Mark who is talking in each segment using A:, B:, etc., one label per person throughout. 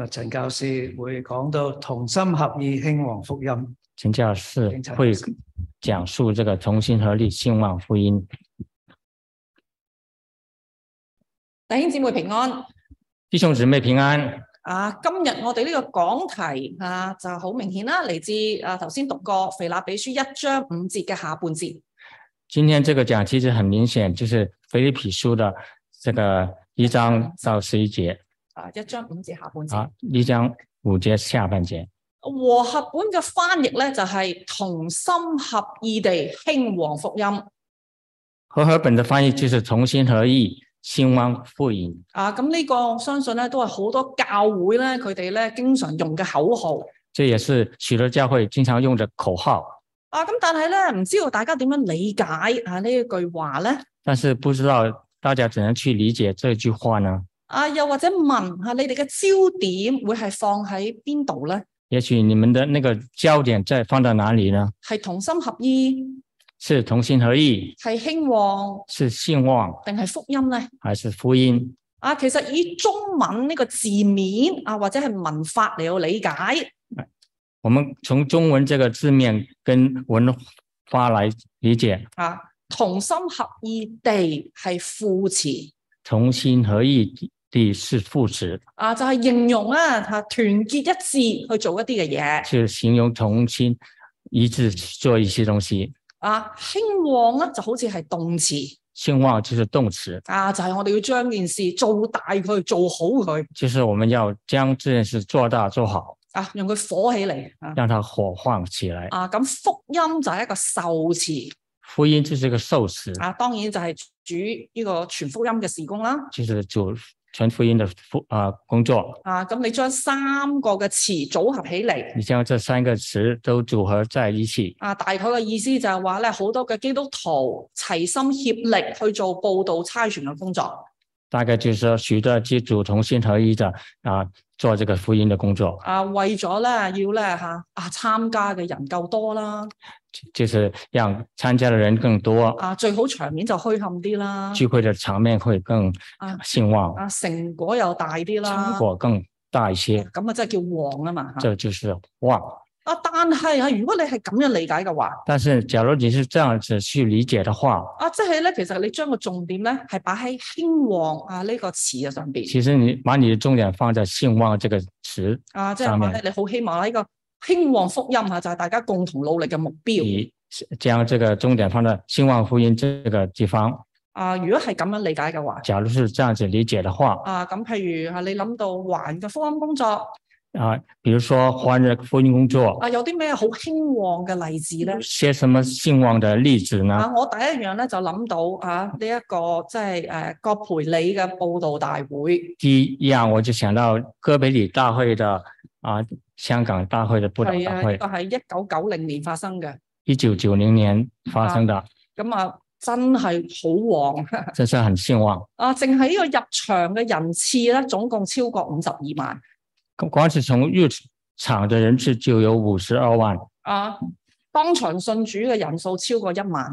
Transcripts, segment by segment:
A: 啊，陳教士會講到同心合意興旺福音。
B: 陈教士
A: 陈教
B: 会
A: 士
B: 讲述这个同心合力兴旺福音。
C: 弟兄姊妹平安。
B: 弟兄姊妹平安。
C: 啊，今日我哋呢個講題啊，就好明顯啦，嚟自啊頭先讀過《腓立比書》一章五節嘅下半節。
B: 今天这个讲其实很明显就是腓立比书的这个一章到十一节
C: 啊，一章五節下半節。
B: 啊，一章五节下半节。
C: 和合本嘅翻譯咧就係、同心合意地興旺福音。
B: 和合本的翻译就是同心合意兴旺福音。
C: 啊，咁呢個我相信咧都係好多教會咧佢哋咧經常用嘅口號。
B: 这也是许多教会经常用的口号，
C: 啊，咁但係咧唔知道大家點樣理解啊呢一句話咧？
B: 但是不知道大家怎样去理解这句话呢？
C: 啊，又或者問下你哋嘅焦點會係放喺邊度咧？
B: 也许你们的那个焦点在放到哪里呢？
C: 係同心合意，
B: 是同心合意，
C: 係興旺，
B: 是兴旺，
C: 定係福音咧？
B: 还是福音？
C: 啊，其實以中文呢個字面啊，或者係文法嚟到理解，
B: 我们从中文这个字面跟文法来理解，
C: 啊，同心合意地係副詞
B: 同心合意地是副词，
C: 啊，就係、形容啊嚇團結一致去做一啲嘅嘢
B: 是形容同心一致做一些东西。
C: 啊，興旺咧就好似係動詞
B: 兴旺就是动词，
C: 啊，就係、我哋要將件事做大佢，做好佢
B: 就是我们要将这件事做大做好，
C: 啊，讓佢火起嚟啊
B: 让它火旺起来。
C: 啊，咁福音就係一個受詞
B: 福音就是一个受词，
C: 啊，當然就係主呢個傳福音嘅事工啦。
B: 就是主全福音的福啊、工作。
C: 啊，咁你將三個嘅詞組合起嚟，
B: 你将这三个词都组合在一起，
C: 啊，大概嘅意思就係話咧，好多嘅基督徒齊心協力去做報道差傳嘅工作，
B: 大概就是说许多基督徒同心合意的啊、做这个福音的工作。
C: 啊，為咗咧要咧嚇啊參加嘅人夠多啦，
B: 就是让参加的人更多，
C: 啊最好場面就虛冚啲啦，
B: 聚会的场面会更
C: 啊
B: 兴旺，
C: 啊成果又大啲啦
B: 成，果更大一些，
C: 咁啊真係叫旺啊嘛嚇
B: 这就是旺。
C: 啊，但係啊，如果你係咁樣理解嘅話，
B: 但是，假如你是这样子去理解的话，
C: 啊即係咧其實你將個重點咧係擺喺興旺啊呢、個詞嘅上邊。
B: 其实你把你的重点放在“兴旺”这个词，
C: 啊，即係
B: 上
C: 話
B: 面
C: 咧，你好希望啦，呢個興旺福音啊，就係大家共同努力嘅目標。
B: 你将这个重点放在“兴旺福音”这个地方。
C: 啊，如果係咁樣理解嘅話，
B: 假如是这样子理解的话，
C: 啊，咁譬如啊，你諗到環嘅福音工作
B: 啊，比如说环人福音工作，
C: 啊，有啲咩好興旺嘅例子咧
B: 有？些什么兴旺的例子呢？
C: 啊，我第一樣咧就諗到啊，呢、一個即係誒葛培理嘅報道大會，
B: 第一样我就想到哥北里大会的啊，香港大会的布道
C: 係啊，
B: 大
C: 呢
B: 会
C: 個，係一九九零年發生嘅，
B: 一九九零年发生的，
C: 咁啊真係好旺
B: 真是很兴旺。
C: 啊！淨係呢個入場嘅人次咧，總共超過五十二萬。
B: 光光是从入场的人次就有五十二万，
C: 啊，當場信主嘅人數超過一萬。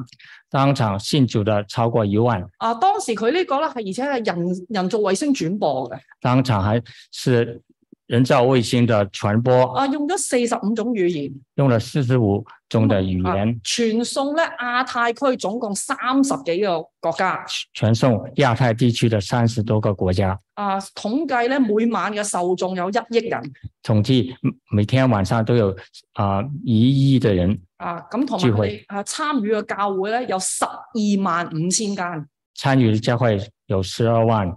B: 当场信主的超过一万，
C: 啊，當時佢呢個咧係而且係人人造衛星轉播嘅，
B: 当场还是人造卫星的传播，
C: 啊用咗四十五種語言
B: 用了四十五种的语言
C: 傳送咧亞太區總共三十幾個國家，
B: 传送亚太地区的三十多个国家，
C: 啊統計咧每晚嘅受眾有一億人，
B: 统计每天晚上都有啊一亿的人
C: 啊咁同
B: 智
C: 埋佢
B: 慧
C: 哋啊參與嘅教會咧有十二萬五千間，
B: 参与的教会有十二万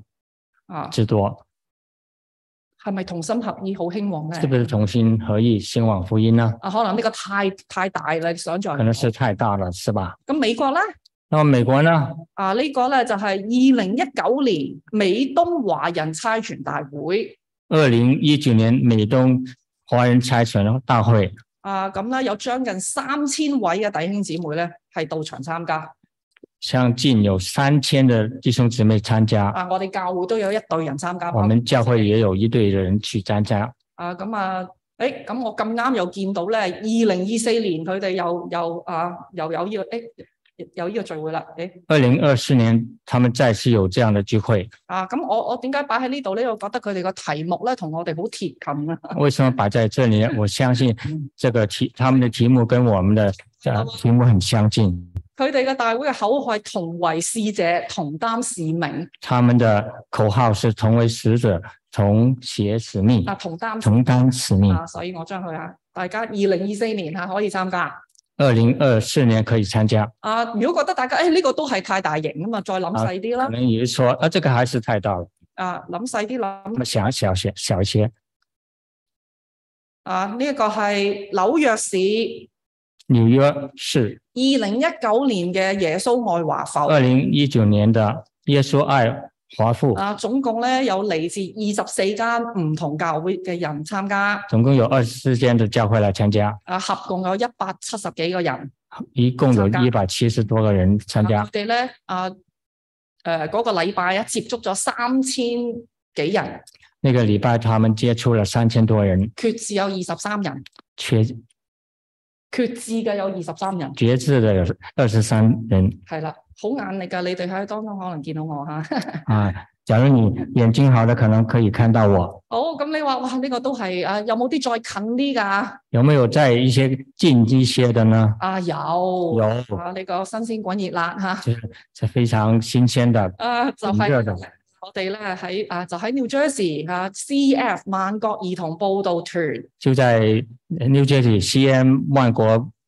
C: 啊
B: 之多，
C: 係咪同心合意好興旺
B: 是不
C: 咧？
B: 是同心合意兴旺福音呢？
C: 啊可能呢個太太大啦，你想象唔
B: 可能
C: 到
B: 是太大了，是吧？
C: 咁美國咧？
B: 那么美国呢？
C: 啊，呢、個咧就係二零一九年美東華人差傳大會
B: 二零一九年美东华人财团大会
C: 啊，咁咧有將近三千位嘅弟兄姊妹咧係到場參加
B: 将近有三千的弟兄姊妹参加，
C: 啊，我哋教會都有一隊人參加。
B: 我们教会也有一队的人去参加。
C: 啊，咁啊，誒，咁我咁啱又見到咧，二零二四年佢哋又又啊又有呢、個誒有呢個聚會啦。誒
B: 二零二四年他们再次有这样的聚会，
C: 啊，咁我我點解擺喺呢度咧？我覺得佢哋個題目咧同我哋好貼近啊。
B: 为什么摆在这里呢？我相信这个题他们的题目跟我们的呃题目很相近，
C: 佢哋嘅大會嘅口號係同為使者，同擔使命
B: 他们的口号是同为使者，同携使命，
C: 啊，同擔
B: 同担使命。
C: 啊，所以我將佢啊，大家二零二四年嚇可以參加。
B: 二零二四年可以参加，
C: 啊，如果覺得大家誒呢、個都係太大型啊嘛，再諗
B: 啊
C: 細啲
B: 可
C: 啦，
B: 能有人说啊这个还是太大了，
C: 啊諗細啲
B: 那
C: 諗
B: 么想小些小一些。
C: 啊，呢、一個係紐約市
B: 纽约市
C: 二零一九年嘅耶穌愛華
B: 二
C: 埠
B: 零一九年的耶稣爱华埠，
C: 啊，總共咧有嚟自二十四間唔同教會嘅人參加，
B: 总共有二十四间的教会来参加，
C: 啊合共有一百七十幾個人，
B: 一共有
C: 参加
B: 一百七十多个人参
C: 啊
B: 加
C: 佢。哋咧啊誒嗰、個禮拜啊接觸咗三千幾人，
B: 那个礼拜他们接触了三千多人，
C: 決志有二十三
B: 嗯
C: 人，
B: 缺
C: 決志嘅有二十三人。
B: 截至的有二十三人
C: 係啦，好眼力㗎，你哋喺當中可能見到我吓。
B: 啊。假如你眼睛好的，可能可以看到我。
C: 好，咁你話哇，呢、個都係啊，有冇啲再近啲㗎？
B: 有没有在一些近一些的呢？
C: 啊，有
B: 有，
C: 啊，呢個新鮮滾熱辣吓，
B: 是非常新鲜的。
C: 啊就
B: 咁
C: 係
B: 樣就
C: 我哋咧喺啊就喺 New Jersey 啊 CF 萬國兒童報道團
B: 就在 New Jersey CM 万國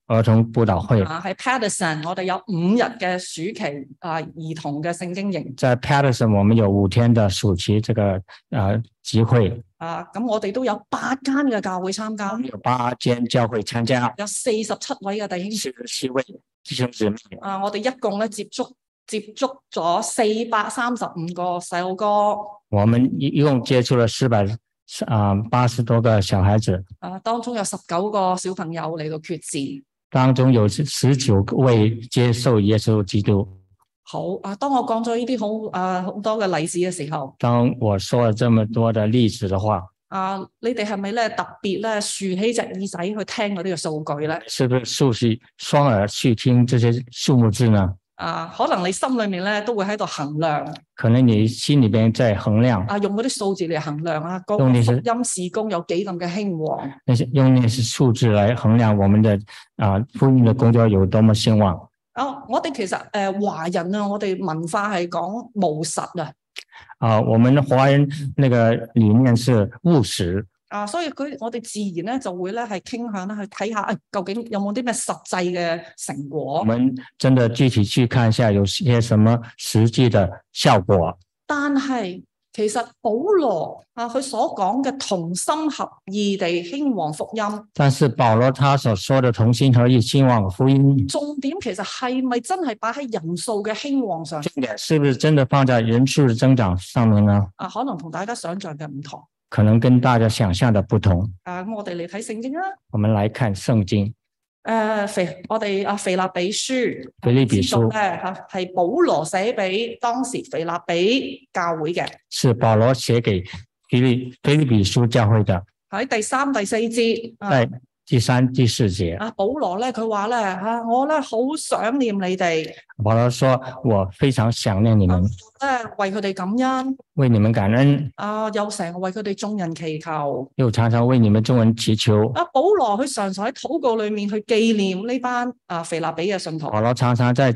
B: 兒童佈道會，
C: 啊喺 Patterson，我哋有五日嘅暑期啊兒童嘅聖經營
B: 在 Patterson 我們有五天的暑期這個呃集會，
C: 啊，咁我哋都有八間嘅教會參加，
B: 有八間教會參加，
C: 有四十七位嘅弟兄
B: 四十七位弟兄姊妹，
C: 啊，我哋一共咧接觸接觸咗四百三十五個細路哥，
B: 我們一一共接觸了四百啊八十多個小孩子，
C: 啊，當中有十九個小朋友嚟到決志。
B: 當中有十九位接受耶穌基督。
C: 好啊，當我講咗呢啲好啊好多嘅例子嘅時候，
B: 當我說了這麼多的例子的話，
C: 啊，你哋係咪咧特別咧豎起隻耳仔去聽嗰啲嘅數據咧？
B: 是不是竖起雙耳去聽這些數目字呢？
C: 啊，可能你心裏面咧都會喺度衡量
B: 可能你心裏邊在衡量。
C: 啊，用嗰啲數字嚟衡量啊，個福
B: 用你是
C: 音事工有幾咁嘅興旺
B: 那些用那些数字来衡量我们的啊福音的工作有多么兴旺。
C: 啊！我哋其實誒、呃、華人啊，我哋文化係講務實啊，
B: 啊，我们华人那个理念是务实，
C: 啊，所以佢我哋自然咧就會咧係傾向咧去睇下、哎、究竟有冇啲咩實際嘅成
B: 我
C: 果。
B: 们真的具体去看一下有些什么实际的效果。
C: 但係其實保羅啊，佢所講嘅同心合意地興旺福音，
B: 但是保罗他所说的同心合意、兴旺福音，
C: 重點其實係咪真係擺喺人數嘅興旺上？
B: 重点是不是真的放在人数的增长上面呢？
C: 啊，可能同大家想象嘅唔同。
B: 可能跟大家想象的不同。
C: 啊，咁我哋嚟睇聖經啦。
B: 我们来看圣经，
C: 誒、肥，我哋啊呃腓立比書，啊
B: 腓立比書
C: 知道咧嚇係保羅寫俾當時腓立比教會嘅，
B: 是保罗写给腓利腓利比书教会的，
C: 喺第三、第四節。啊
B: 在第三、第四节。
C: 啊，保羅咧，佢話咧嚇，我咧好想念你哋，
B: 保罗说：“我非常想念你
C: 啊
B: 们，
C: 咧為佢哋感恩，
B: 为你们感恩，
C: 啊，又成日為佢哋眾人祈求。
B: 又常常为你们众人祈求。
C: 啊，保羅佢常常喺禱告裏面去紀念呢班啊腓立比嘅信”徒。
B: 保罗常常在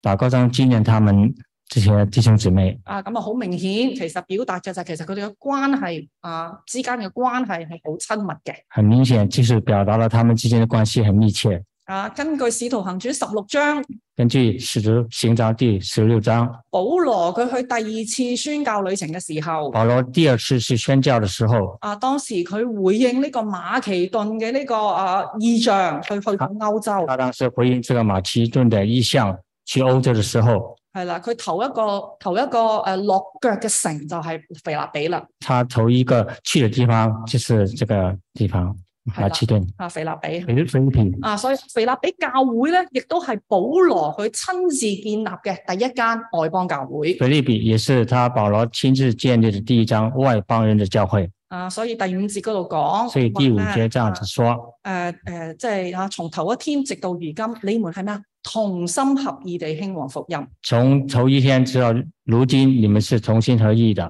B: 祷告中纪念他们这些弟兄姊妹。
C: 啊，咁啊好明顯，其實表達嘅就係其實佢哋嘅關係啊之間嘅關係係好親密嘅。
B: 很明显，就是表达了他们之间的关系很密切。
C: 啊，根據《使徒行傳》十六章，
B: 根据《使徒行章》第十六章，
C: 保羅佢去第二次宣教旅程嘅時候，
B: 保罗第二次去宣教的时候，
C: 啊，當時佢回應呢個馬其頓嘅呢個啊異象，去去到
B: 啊
C: 歐洲，
B: 他当时回应这个马其顿的意向去欧洲的时候，
C: 係啦，佢頭一個頭一個誒落腳嘅城就係腓立比啦，
B: 他头一个去的地方就是这个地方
C: 的
B: 马其顿
C: 啊腓立比。
B: 菲律菲律宾。
C: 啊，所以腓立比教會咧，亦都係保羅佢親自建立嘅第一間外邦教會。
B: 腓利比也是他保罗亲自建立的第一张外邦人的教会，
C: 啊，所以第五節嗰度講，
B: 所以第五节这样
C: 話
B: 子说：
C: 呃咧，誒誒，即係啊，從頭一天直到如今，你們係咩啊？同心合意地興旺福音。
B: 从头一天直到如今，你们是同心合意的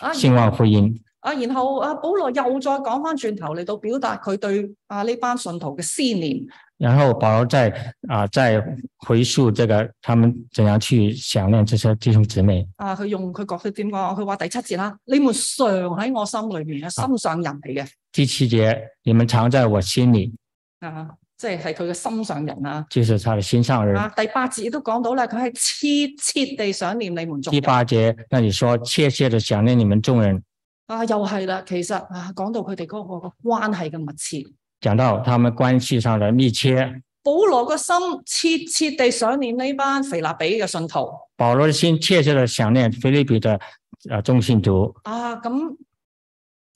C: 啊，
B: 兴旺福音。
C: 啊，然後啊，保羅又再講翻轉頭嚟到表達佢對啊呢班信徒嘅思念。
B: 然后保罗再啊、再回溯这个他们怎样去想念这些弟兄姊妹。
C: 啊，佢用佢講佢點講？佢話第七節啦，你們常喺我心裏面，
B: 啊
C: 係心上人嚟嘅。
B: 第七节，你们藏在我心里，
C: 啊，即係係佢嘅心上人啊。
B: 就是他的心上人。
C: 啊，第八節亦都講到啦，佢係切切地想念你們眾
B: 第
C: 人。
B: 八节，那你说切切的想念你们众人，
C: 啊，又係啦，其實啊，講到佢哋嗰個個關係嘅密切，
B: 讲到他们关系上的密切，
C: 保羅個心切切地想念呢班腓立比嘅信徒。
B: 保罗的心切切的想念菲利比的呃众信徒，
C: 啊，咁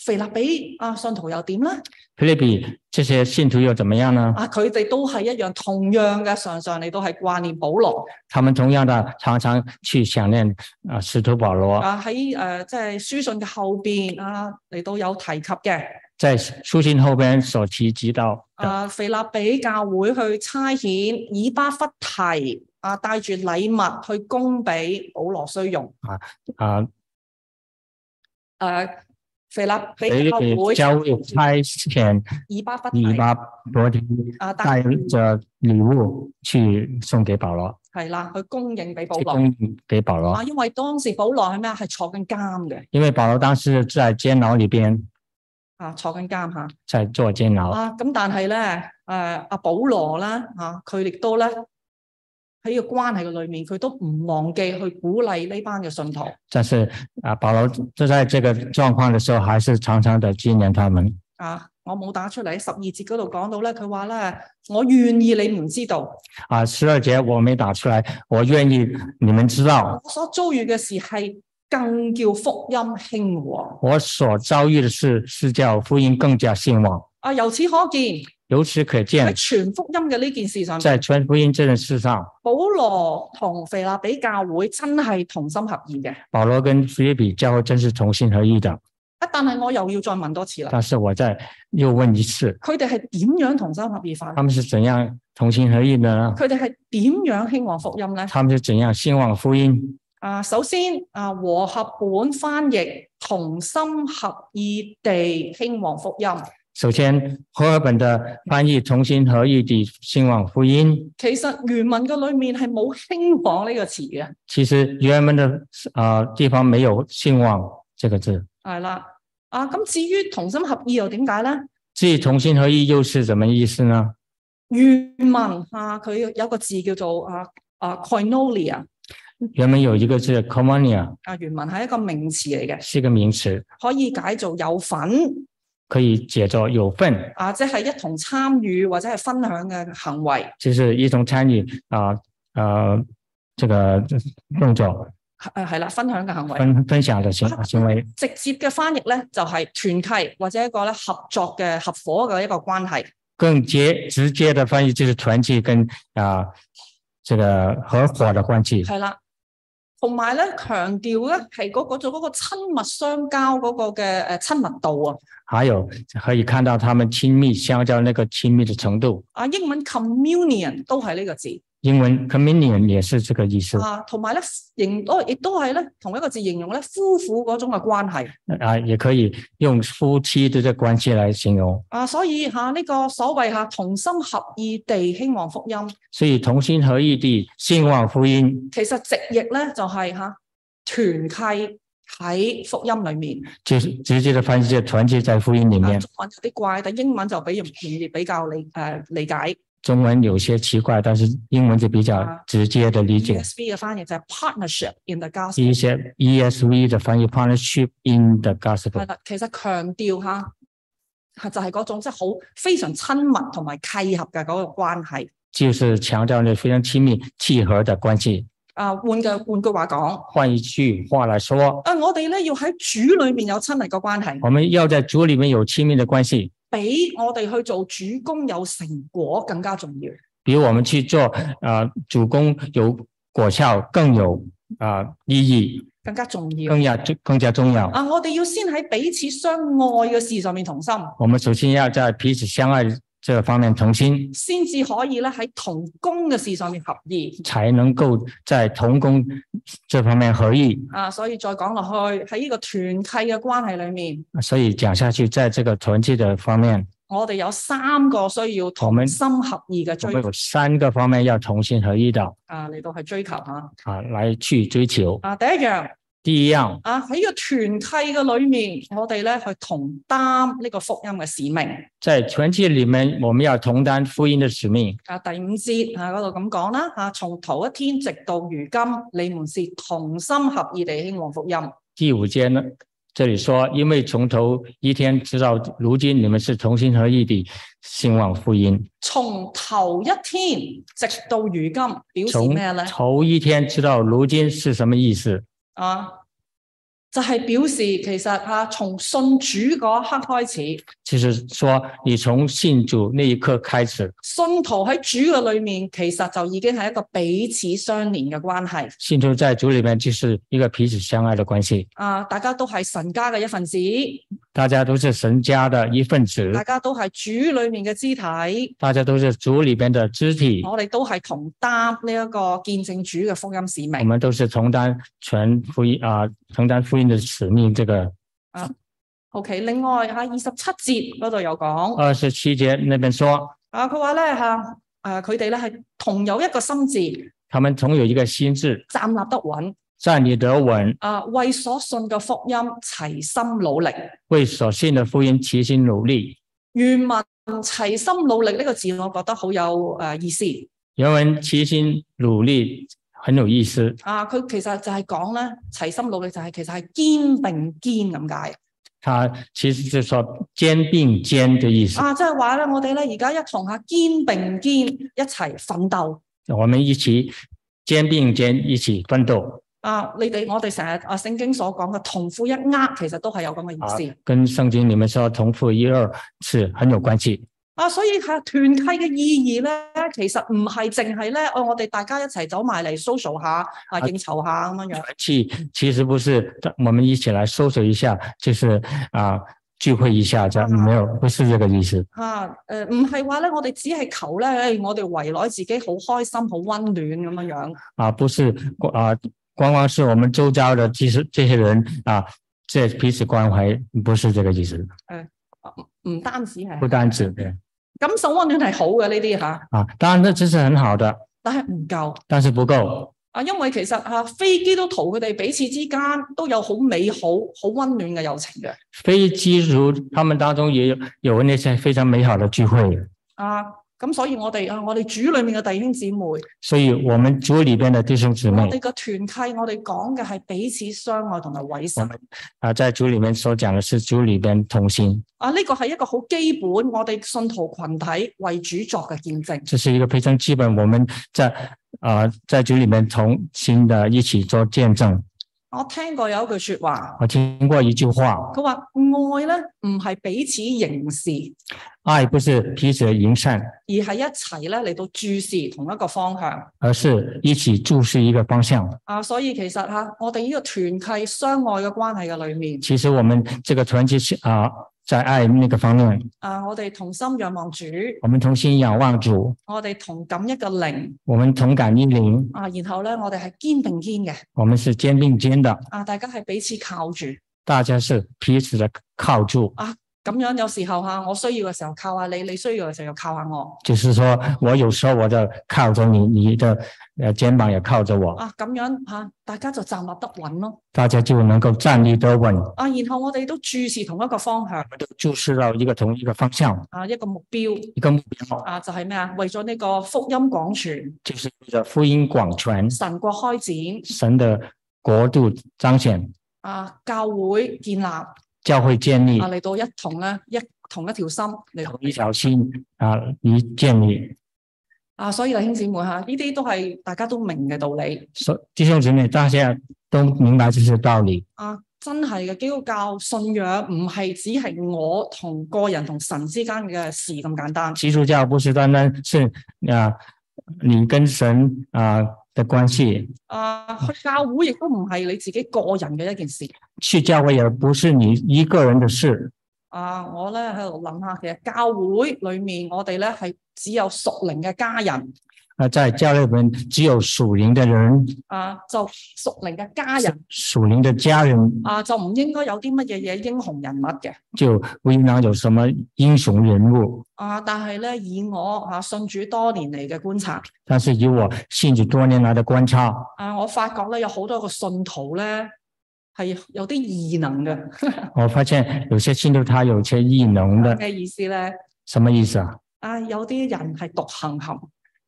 C: 腓立比啊信徒又點咧？
B: 菲利比这些信徒又怎么样呢？
C: 啊，佢哋都係一樣同樣嘅，常常你都係掛念保羅
B: 他们同样的常常去想念啊、呃使徒保罗，
C: 啊，喺誒即係書信嘅後邊啊嚟到有提及嘅。
B: 在书信后边所提及到的
C: 啊，腓立比教會去差遣以巴弗提啊，帶住禮物去供俾保羅需用。
B: 啊，
C: 誒、腓立
B: 菲
C: 比教
B: 利比
C: 會
B: 教会差遣
C: 以巴弗提
B: 以巴罗提
C: 啊，
B: 带
C: 帶
B: 着礼物去送给保罗，
C: 係啦，去供應俾保
B: 去
C: 羅。
B: 供应给保罗
C: 啊，。因為當時保羅係咩啊？係坐緊監嘅，
B: 因为保罗当时在监牢里边
C: 啊，坐緊監嚇。
B: 在做监牢，
C: 啊，咁但係咧，誒、阿保羅啦，啊，佢亦都咧喺個關係嘅裏面，佢都唔忘記去鼓勵呢班嘅信徒。
B: 但是啊，保罗就在这个状况的时候，还是常常的纪念他们。
C: 啊，我冇打出嚟，十二節嗰度講到咧，佢話咧，我願意你們知道，
B: 啊，十二节我没打出来，我愿意你们知道
C: 我所遭遇嘅事係更叫福音興旺。
B: 我所遭遇的事是叫福音更加兴旺。
C: 啊，由此可見
B: 由此可
C: 喺
B: 见，
C: 全福音嘅呢件事上面，
B: 在传福音这件事上，
C: 保羅同腓立比教會真係同心合意嘅。
B: 保罗跟菲利比教会真是同心合意的。
C: 啊，但係我又要再問多次啦，
B: 但是我再又问一次，
C: 佢哋係點樣同心合意法呢？
B: 他们是怎样同心合意的呢？
C: 佢哋係點樣興旺福音咧？
B: 他们是怎样兴旺福音？
C: 啊，首先啊，和合本翻譯同心合意地興旺福音，
B: 首先，和合本的翻译同心合意地兴旺福音。
C: 其實原文嘅裏面係冇興旺呢個詞嘅，
B: 其实原文的呃地方没有“兴旺”这个字。
C: 係啦。啊，咁至於同心合意又點解咧？
B: 至于同心合意又是什么意思呢？
C: 原文啊，佢有個字叫做啊啊 koinonia
B: 原文有一个字 “commonia”，
C: 啊，原文係一個名詞嚟嘅，
B: 是一个名词，
C: 可以解做有份
B: 可以解作有份，
C: 啊，即係一同參與或者係分享嘅行為。
B: 就是一同参与啊呃这个动作
C: 誒係啦，分享嘅行為。
B: 分分享的行行为。
C: 直接嘅翻譯咧，就係、團契或者一個咧合作嘅合伙嘅一個關係。
B: 更接直接的翻译就是团契跟啊、这个合伙的关系。
C: 係啦。同埋咧，強調咧係嗰嗰種嗰個親密相交嗰個嘅誒親密度啊！
B: 还有可以看到他们亲密相交那个亲密的程度。
C: 啊，英文 communion 都係呢個字
B: 英文 communion 也是这个意思啊、
C: 啊，同埋咧形都亦都係咧同一個字形容咧夫婦嗰種嘅關係
B: 啊也可以用夫妻的这关系来形容。
C: 啊，所以嚇呢、個所謂嚇、同心合意地興旺福音，
B: 所以同心合意地兴旺福音，
C: 其實直譯咧就係、嚇、團契喺福音裡面。
B: 就是直接的翻译就团结在福音里
C: 啊
B: 面。
C: 中文有啲怪，但英文就比容易比較理誒、呃理解。
B: 中文有些奇怪，但是英文就比较直接的理解。E
C: ESV E 嘅翻譯就係 partnership in the
B: 一
C: gospel。
B: 些 ESV 的翻译 partnership in the
C: 係
B: gospel，
C: 啦，其實強調嚇係就係嗰種即係好非常親密同埋契合嘅嗰個關係。
B: 就是强调那非常亲密契合的关系。
C: 啊，換嘅換句話講，
B: 换一句话来说，
C: 啊，我哋咧要喺主裏面有親密嘅關係，
B: 我们要在主里面有亲密的关系，
C: 比我哋去做主公有成果更加重要。
B: 比我们去做啊主攻有果效更有啊、意义，
C: 更加重要
B: 更加更加重
C: 哦
B: 要。
C: 啊！我哋要先喺彼此相愛嘅事上面同心，
B: 我们首先要在彼此相爱这方面同心，
C: 先至可以咧喺同工嘅事上面合意。
B: 才能够在同工这方面合意。
C: 啊，所以再講落去喺呢個團契嘅關係裏面，
B: 所以讲下去，在这个团契的方面，
C: 我哋有三個需要
B: 我
C: 同
B: 們
C: 心合意嘅
B: 我
C: 追
B: 们有三个方面要同心合意的
C: 啊嚟到去追求吓。
B: 啊，来去追求。
C: 啊，第一樣
B: 第一样，
C: 啊喺呢個團契嘅裏面，我哋咧去同擔呢個福音嘅使命。
B: 在团契里面，我们要同担福音的使命。
C: 啊，第五節啊嗰度咁講啦，啊從頭一天直到如今，你們是同心合意地興旺福音。
B: 第五节呢，这里说，因为从头一天直到如今，你们是同心合意地兴旺福音。
C: 從頭一天直到如今，表示
B: 从
C: 咩咧？
B: 头一天直到如今是什么意思？
C: 啊，就係表示其實啊，從信主嗰一刻開始，
B: 就是说，你从信主那一刻开始，
C: 信徒喺主嘅裏面，其實就已經係一個彼此相連嘅關係。
B: 信徒在主里面就是一个彼此相爱的关系，
C: 啊，大家都係神家嘅一份子，
B: 大家都是神家的一份子
C: 大，家都係主裏面嘅肢體，
B: 大家都是主里边的肢体，
C: 我哋都係同擔呢一個見證主嘅福音使
B: 我
C: 命。
B: 们都是承担全福音啊、承担福音的使命。这个
C: OK，另外喺二十七節嗰度有講
B: 二十七节那边说，
C: 啊，佢話咧嚇，啊佢哋咧係同有一個心志，
B: 他们同有一个心智，
C: 站立得穩，
B: 站立得稳，
C: 啊為所信嘅福音齊心努力。
B: 为所信的福音齐心努力。
C: 原文齊心努力呢個字，我覺得好有诶意思
B: 原文齐心努力很有意思，
C: 啊！佢其實就係講咧，齊心努力就係其實係肩並肩咁解
B: 它其实是说肩并肩的意思，
C: 啊！即係話咧，我哋咧而家一同下肩並肩一齊奮鬥
B: 我们一起肩并肩一起奋斗，
C: 啊！你哋我哋成日啊聖經所講嘅同苦一握，其實都係有咁嘅意思
B: 跟圣经里面说同父一二是很有关系。
C: 啊！所以吓團契嘅意義咧，其實唔係淨係咧，哦我哋大家一齊走埋嚟 social 下啊應酬下咁樣樣。
B: 团契其实不是我们一起来搜索一下，就是啊聚会一下，这样没有不是这个意思。
C: 啊，誒、唔係話咧，我哋只係求咧，誒、我哋圍內自己好開心、好温暖咁樣樣。
B: 啊，不是啊，光光是我们周遭的这些这些人啊，这彼此关怀，不是这个意思，
C: 唔單止係
B: 不单止对
C: 感受温暖係好嘅呢啲嚇，
B: 啊，当然这这是很好的，
C: 但係唔夠
B: 但是不够
C: 啊，因為其實啊，非基督徒佢哋彼此之間都有好美好、好温暖嘅友情嘅。
B: 非基督徒他们当中也有有那些非常美好的聚会，
C: 啊，咁所以我哋啊，我哋主裡面嘅弟兄姊妹，我
B: 所以我们组里边的弟兄姊妹
C: 哋個團契，我哋講嘅係彼此相愛同埋委身
B: 我们啊，在组里面所讲的是组里边同心，
C: 啊，呢個係一個好基本，我哋信徒群體為主作嘅見證。
B: 这是一个非常基本，我们在啊、在组里面同心的一起做见证。
C: 我聽過有一句説話。
B: 我听过一句话，
C: 佢話愛咧唔係彼此凝視，
B: 爱不是彼此营善，
C: 而係一齊咧嚟到注視同一個方向。
B: 而是一起注视一个方向。
C: 啊，所以其實吓、我哋呢個團契相愛嘅關係嘅裏面，
B: 其实我们这个团结是啊、在爱那个方面，
C: 啊，我哋同心仰望主，
B: 我们同心仰望主，
C: 我哋同感一個靈，
B: 我们同感一灵，
C: 啊，然後咧我哋係肩並肩嘅，
B: 我们是肩并肩的，
C: 啊，大家係彼此靠住，
B: 大家是彼此的靠住。
C: 咁樣有時候吓、我需要嘅時候靠下你，你需要嘅時候又靠下我，
B: 就是说我有时候我的靠着你，你的呃肩膀也靠着我，
C: 啊，咁樣吓、大家就站立得穩咯，
B: 大家就能够站立得稳，
C: 啊，然後我哋都注視同一個方向，
B: 注视到一个同一个方向，
C: 啊，一個目標。
B: 一个目标，
C: 啊，就係咩啊？為咗呢個福音廣傳、
B: 就是为了福音广传，
C: 神國開展
B: 神的国度彰显。
C: 啊，教會建立啊，
B: 教会建立
C: 嚟到一同咧一同一條心嚟
B: 同
C: 到
B: 一条心啊，一建立。
C: 啊，所以弟兄姊妹嚇，呢啲都係大家都明嘅道理
B: 所弟兄姊妹，大家都明白这些道理。
C: 啊，真係嘅基督教信仰唔係只係我同個人同神之間嘅事咁簡單
B: 基督教不是单单是啊，你跟神啊的关系，
C: 啊，去教會亦都唔係你自己個人嘅一件事
B: 去教会也不是你一个人的事
C: 啊，我咧喺度諗下，其實教會裏面我哋咧係只有屬靈嘅家人
B: 啊，在教会里面只有属灵的人、
C: 啊，就屬靈嘅家人
B: 属灵的家人，
C: 啊，就唔應該有啲乜嘢嘢英雄人物嘅
B: 就不应当有什么英雄人物。
C: 啊。但係咧，以我啊信主多年嚟嘅觀察
B: 但是以我信主多年来的观察，
C: 啊，我發覺咧有好多個信徒咧係有啲異能嘅。
B: 我发现有些信徒他有些异能的，
C: 咩意思咧？
B: 什么意思啊？
C: 啊，有啲人係獨行俠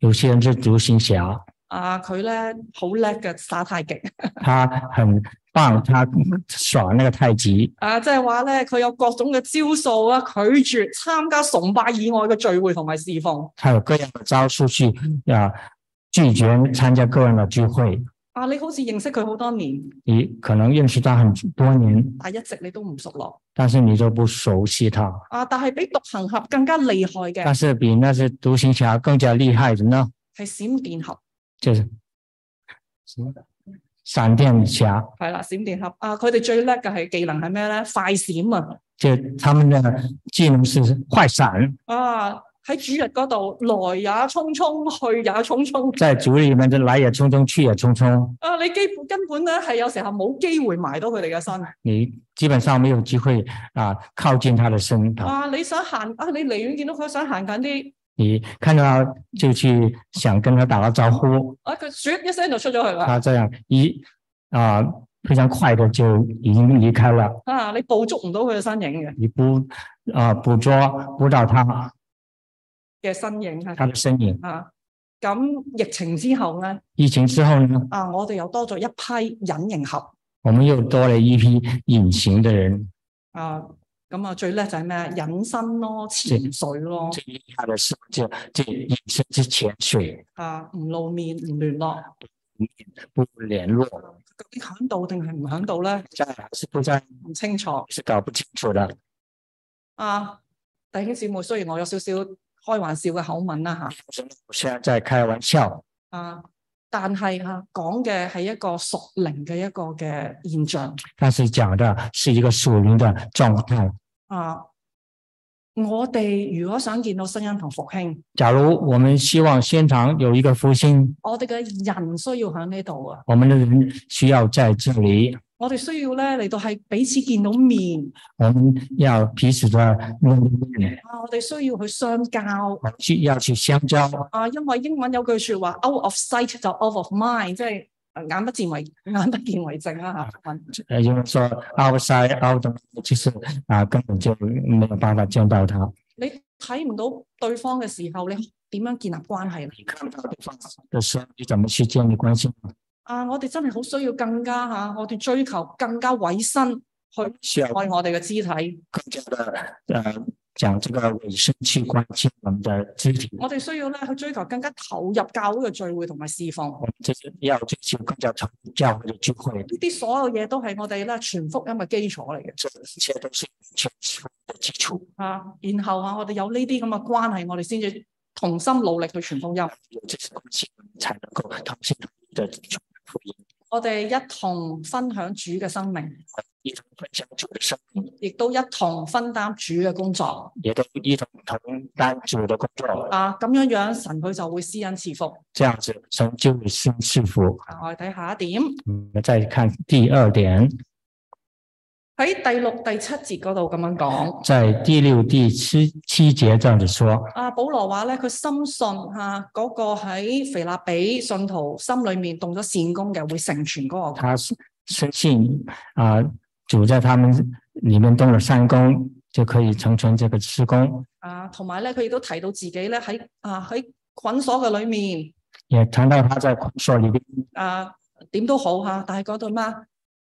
B: 有些人是独行侠，
C: 啊，佢咧好叻嘅耍太極
B: 他很棒，他耍那个太极，
C: 啊，即係話咧佢有各種嘅招數啊，拒絕參加崇拜以外嘅聚會同埋侍奉
B: 他有各样的招数去啊拒绝参加个人的聚会。
C: 啊。你好似認識佢好多年，
B: 你可能认识他很多年，
C: 但係一直你都唔熟落
B: 但是你都不熟悉他。
C: 啊。但係比獨行俠更加厲害嘅
B: 但是比那些独行侠更加厉害的呢，
C: 係閃電俠，
B: 就是什么闪电侠。
C: 係啦，閃電俠啊，佢哋最叻嘅係技能係咩咧？快閃啊！
B: 就他们的技能是快闪，
C: 啊，喺主日嗰度來也匆匆，去也匆匆。
B: 在组里面就来也匆匆，去也匆匆，
C: 啊！你基本根本咧係有時候冇機會埋到佢哋嘅身
B: 你基本上没有机会啊靠近他的身头。
C: 啊！你想行啊，你離遠見到佢想行緊啲
B: 你看到他就去想跟他打个招呼，
C: 啊，佢唰一聲就出咗去啦
B: 他这样一啊非常快的就已经离开了，
C: 啊！你捕捉唔到佢嘅身影嘅
B: 你不啊捕捉不到他
C: 嘅身影係
B: 他的身影。
C: 啊！咁疫情之後咧
B: 疫情之后呢，
C: 啊，我哋又多咗一批隱形俠
B: 我们又多了一批隐形的人，
C: 啊！咁啊，最叻就係咩？隱身咯，潛水咯，
B: 最厉害的是这这隐身之潜水，
C: 啊，唔露面，唔聯絡，
B: 不联络，
C: 究竟響度定係唔響度咧？
B: 在还是不在
C: 唔清楚。
B: 是搞不清楚的。
C: 啊，弟兄姊妹，雖然我有少少開玩笑嘅口吻啦吓，
B: 我虽然在开玩笑，
C: 啊，但係吓講嘅係一個屬靈嘅一個嘅現象
B: 但是讲的是一个属灵的状态。
C: 啊。我哋如果想見到新恩堂復興，
B: 假如我们希望仙堂有一个复兴，
C: 我哋嘅人需要喺呢度啊，
B: 我们的人需要在这里，
C: 我哋需要咧嚟到係彼此見到面
B: 我们要彼此的面对面，
C: 啊，我哋需要去相交
B: 我们去要去相交。
C: 啊，因為英文有句说話 out of sight 就 out of mind，即係呃眼不見為 眼不見為淨啦吓。
B: 呃，因为说 outside out 就是啊、根本就没有办法见到他。
C: 你睇唔到對方嘅時候，你點樣建立關係咧？
B: 你看不到对方的时候，你怎么去建立关系呢？
C: 啊，我哋真係好需要更加吓、我哋追求更加委身去
B: 需要
C: 愛我哋嘅肢體，
B: 更加的呃讲这个委身去关心我们的肢体，
C: 我哋需要咧去追求更加投入教會嘅聚會同埋侍奉。
B: 我们就是要追求更加从教会的聚会，
C: 呢啲所有嘢都係我哋咧傳福音嘅基礎嚟嘅
B: 这一切都是全球的基础。
C: 啊。然後啊，我哋有呢啲咁嘅關係，我哋先至同心努力去傳福音。
B: 有这些关系，我们才能够同心同意的传福音，
C: 我哋一同分享主嘅生命，
B: 一同分享主的生命，
C: 亦都一同分擔主嘅工作
B: 也都一同同担主的工作。
C: 啊。咁樣樣神佢就會施恩賜福。
B: 这样子，神就会心赐福。
C: 啊我哋睇下一點
B: 我们再看第二点，
C: 喺第六、第七節嗰度咁樣講。
B: 在第六、第七七节这样子说。
C: 阿啊保羅話咧，佢深信吓嗰、個喺腓立比信徒心裏面動咗善功嘅，會成全嗰個
B: 他是深信啊、主在他们里面动了善功，就可以成全这个施工。
C: 啊，同埋咧佢亦都提到自己咧喺啊喺捆鎖嘅裏面
B: 也谈到他在捆锁里边，
C: 啊點都好吓，但係嗰度咩啊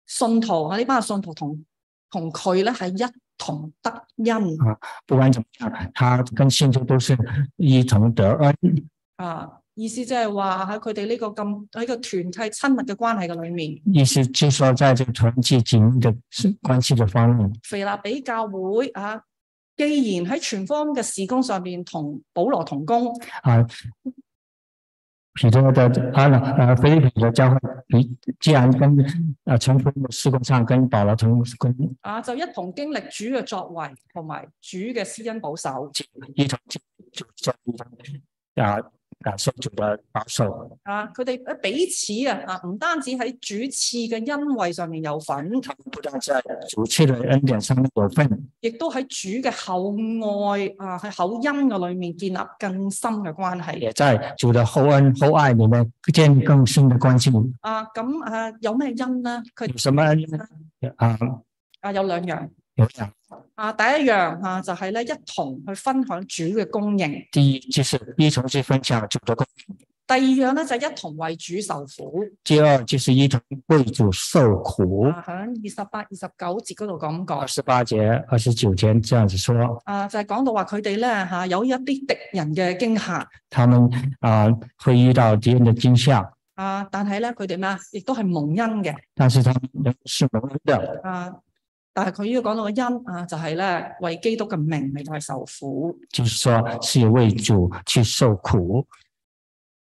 C: 信徒啊呢班信徒同同佢咧係一同得恩
B: 不管怎么样，他跟信徒都是一同得恩。
C: 啊，意思即係話喺佢哋呢個咁喺個團契親密嘅關係嘅裏面，
B: 意思就是说，在这个团契紧密的关系的方面，
C: 腓立比教會啊，既然喺全方嘅事工上面同保羅同工。
B: 啊，彼得的啊那呃菲利比的教会，你既然跟呃成福音的施工上跟保罗同工
C: 啊，就一同經歷主嘅作為同埋主嘅施恩保守
B: 一同就就在一同啊感受主的保守，
C: 啊！佢哋彼此啊啊，唔單止喺主賜嘅恩惠上面有份，
B: 他们不但在主赐的恩典上面有份，
C: 亦都喺主嘅厚愛啊喺厚恩嘅裏面建立更深嘅關係
B: 也在主的厚恩厚爱里面建立更深的关系。
C: 啊！咁啊有咩恩咧？佢
B: 有什么恩啊？
C: 啊有兩樣
B: 有两，
C: 啊，第一樣啊就係、咧一同去分享主嘅供應，
B: 第一就是一同去分享主的工，
C: 第二樣咧就係一同為主受苦。
B: 第二就是一同为主受苦。
C: 啊，喺二十八、二十九節嗰度咁
B: 二
C: 講，
B: 十八节、二十九节这样子说，
C: 啊，就係、講到話佢哋咧嚇有一啲敵人嘅驚嚇，
B: 他们啊、会遇到敌人的惊吓，
C: 啊，但係咧佢哋咩啊，亦都係蒙恩嘅，
B: 但是他们仍是蒙恩的。
C: 啊，但係佢呢度講到嘅恩啊，就係、咧為基督嘅名嚟到去受苦。
B: 就是说是为主去受苦。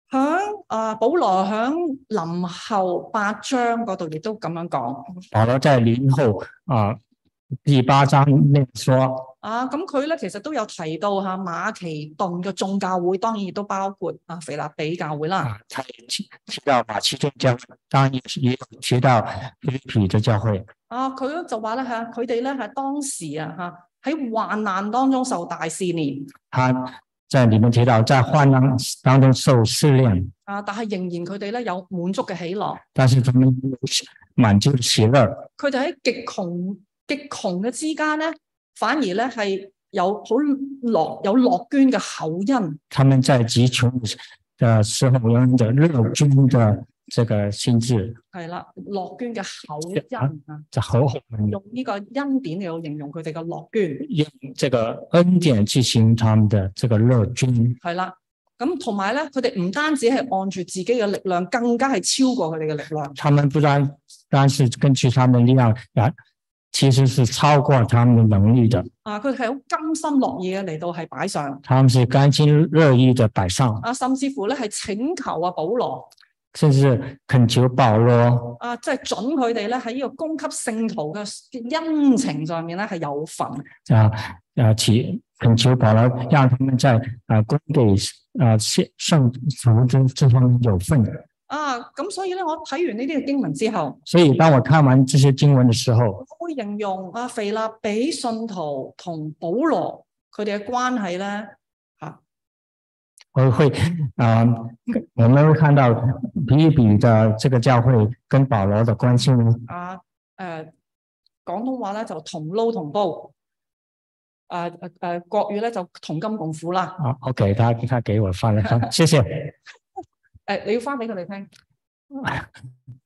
C: 響啊，保羅響林後八章嗰度亦都咁樣講，
B: 保罗在临后啊、第八章内说，
C: 啊，咁佢咧其實都有提到嚇、啊、馬其頓嘅眾教會，當然亦都包括啊腓立比教會啦。
B: 啊，他也提提到马其顿教会，当然也是也有提到菲律比的教会。
C: 啊，佢就話咧嚇，佢哋咧係當時啊嚇喺患難當中受大試煉
B: 他在里面提到，在患难当中受试炼，
C: 啊，但係仍然佢哋咧有滿足嘅喜樂，
B: 但是他们有满足的喜乐，
C: 佢哋喺極窮極窮嘅之間咧，反而咧係有好樂有樂捐嘅厚恩
B: 他们在极穷的时候有的乐观的这个心智，
C: 係啦，樂捐嘅厚恩啊，
B: 就好好地
C: 用呢個恩典嚟到形容佢哋嘅樂捐
B: 用这个恩典去形容他们的这个乐观。
C: 係啦。咁同埋咧，佢哋唔單止係按住自己嘅力量，更加係超過佢哋嘅力量。
B: 他们不单单是根据他们的力量，然其实是超过他们的能力的，
C: 啊，佢哋係好甘心樂意嘅嚟到係擺上。
B: 他们是甘心乐意的摆上，
C: 啊，甚至乎咧係請求啊保羅
B: 甚至恳求保罗
C: 啊，即係準佢哋咧喺呢個供給聖徒嘅恩情上面咧係有份
B: 啊啊，祈恳求保罗让他们在啊供给啊圣圣徒这这方面有份。
C: 啊。咁所以咧，我睇完呢啲嘅經文之後，
B: 所以当我看完这些經文的时候，
C: 我會形容啊腓立比信徒同保羅佢哋嘅關係咧
B: 我会啊、我们会看到比利比的这个教会跟保罗的关系
C: 啊誒、呃、廣東話咧就同撈同煲。啊誒誒，國語咧就同甘共苦啦。
B: 啊。OK，他他给我翻了翻，谢谢。
C: 誒、你要翻俾佢哋聽。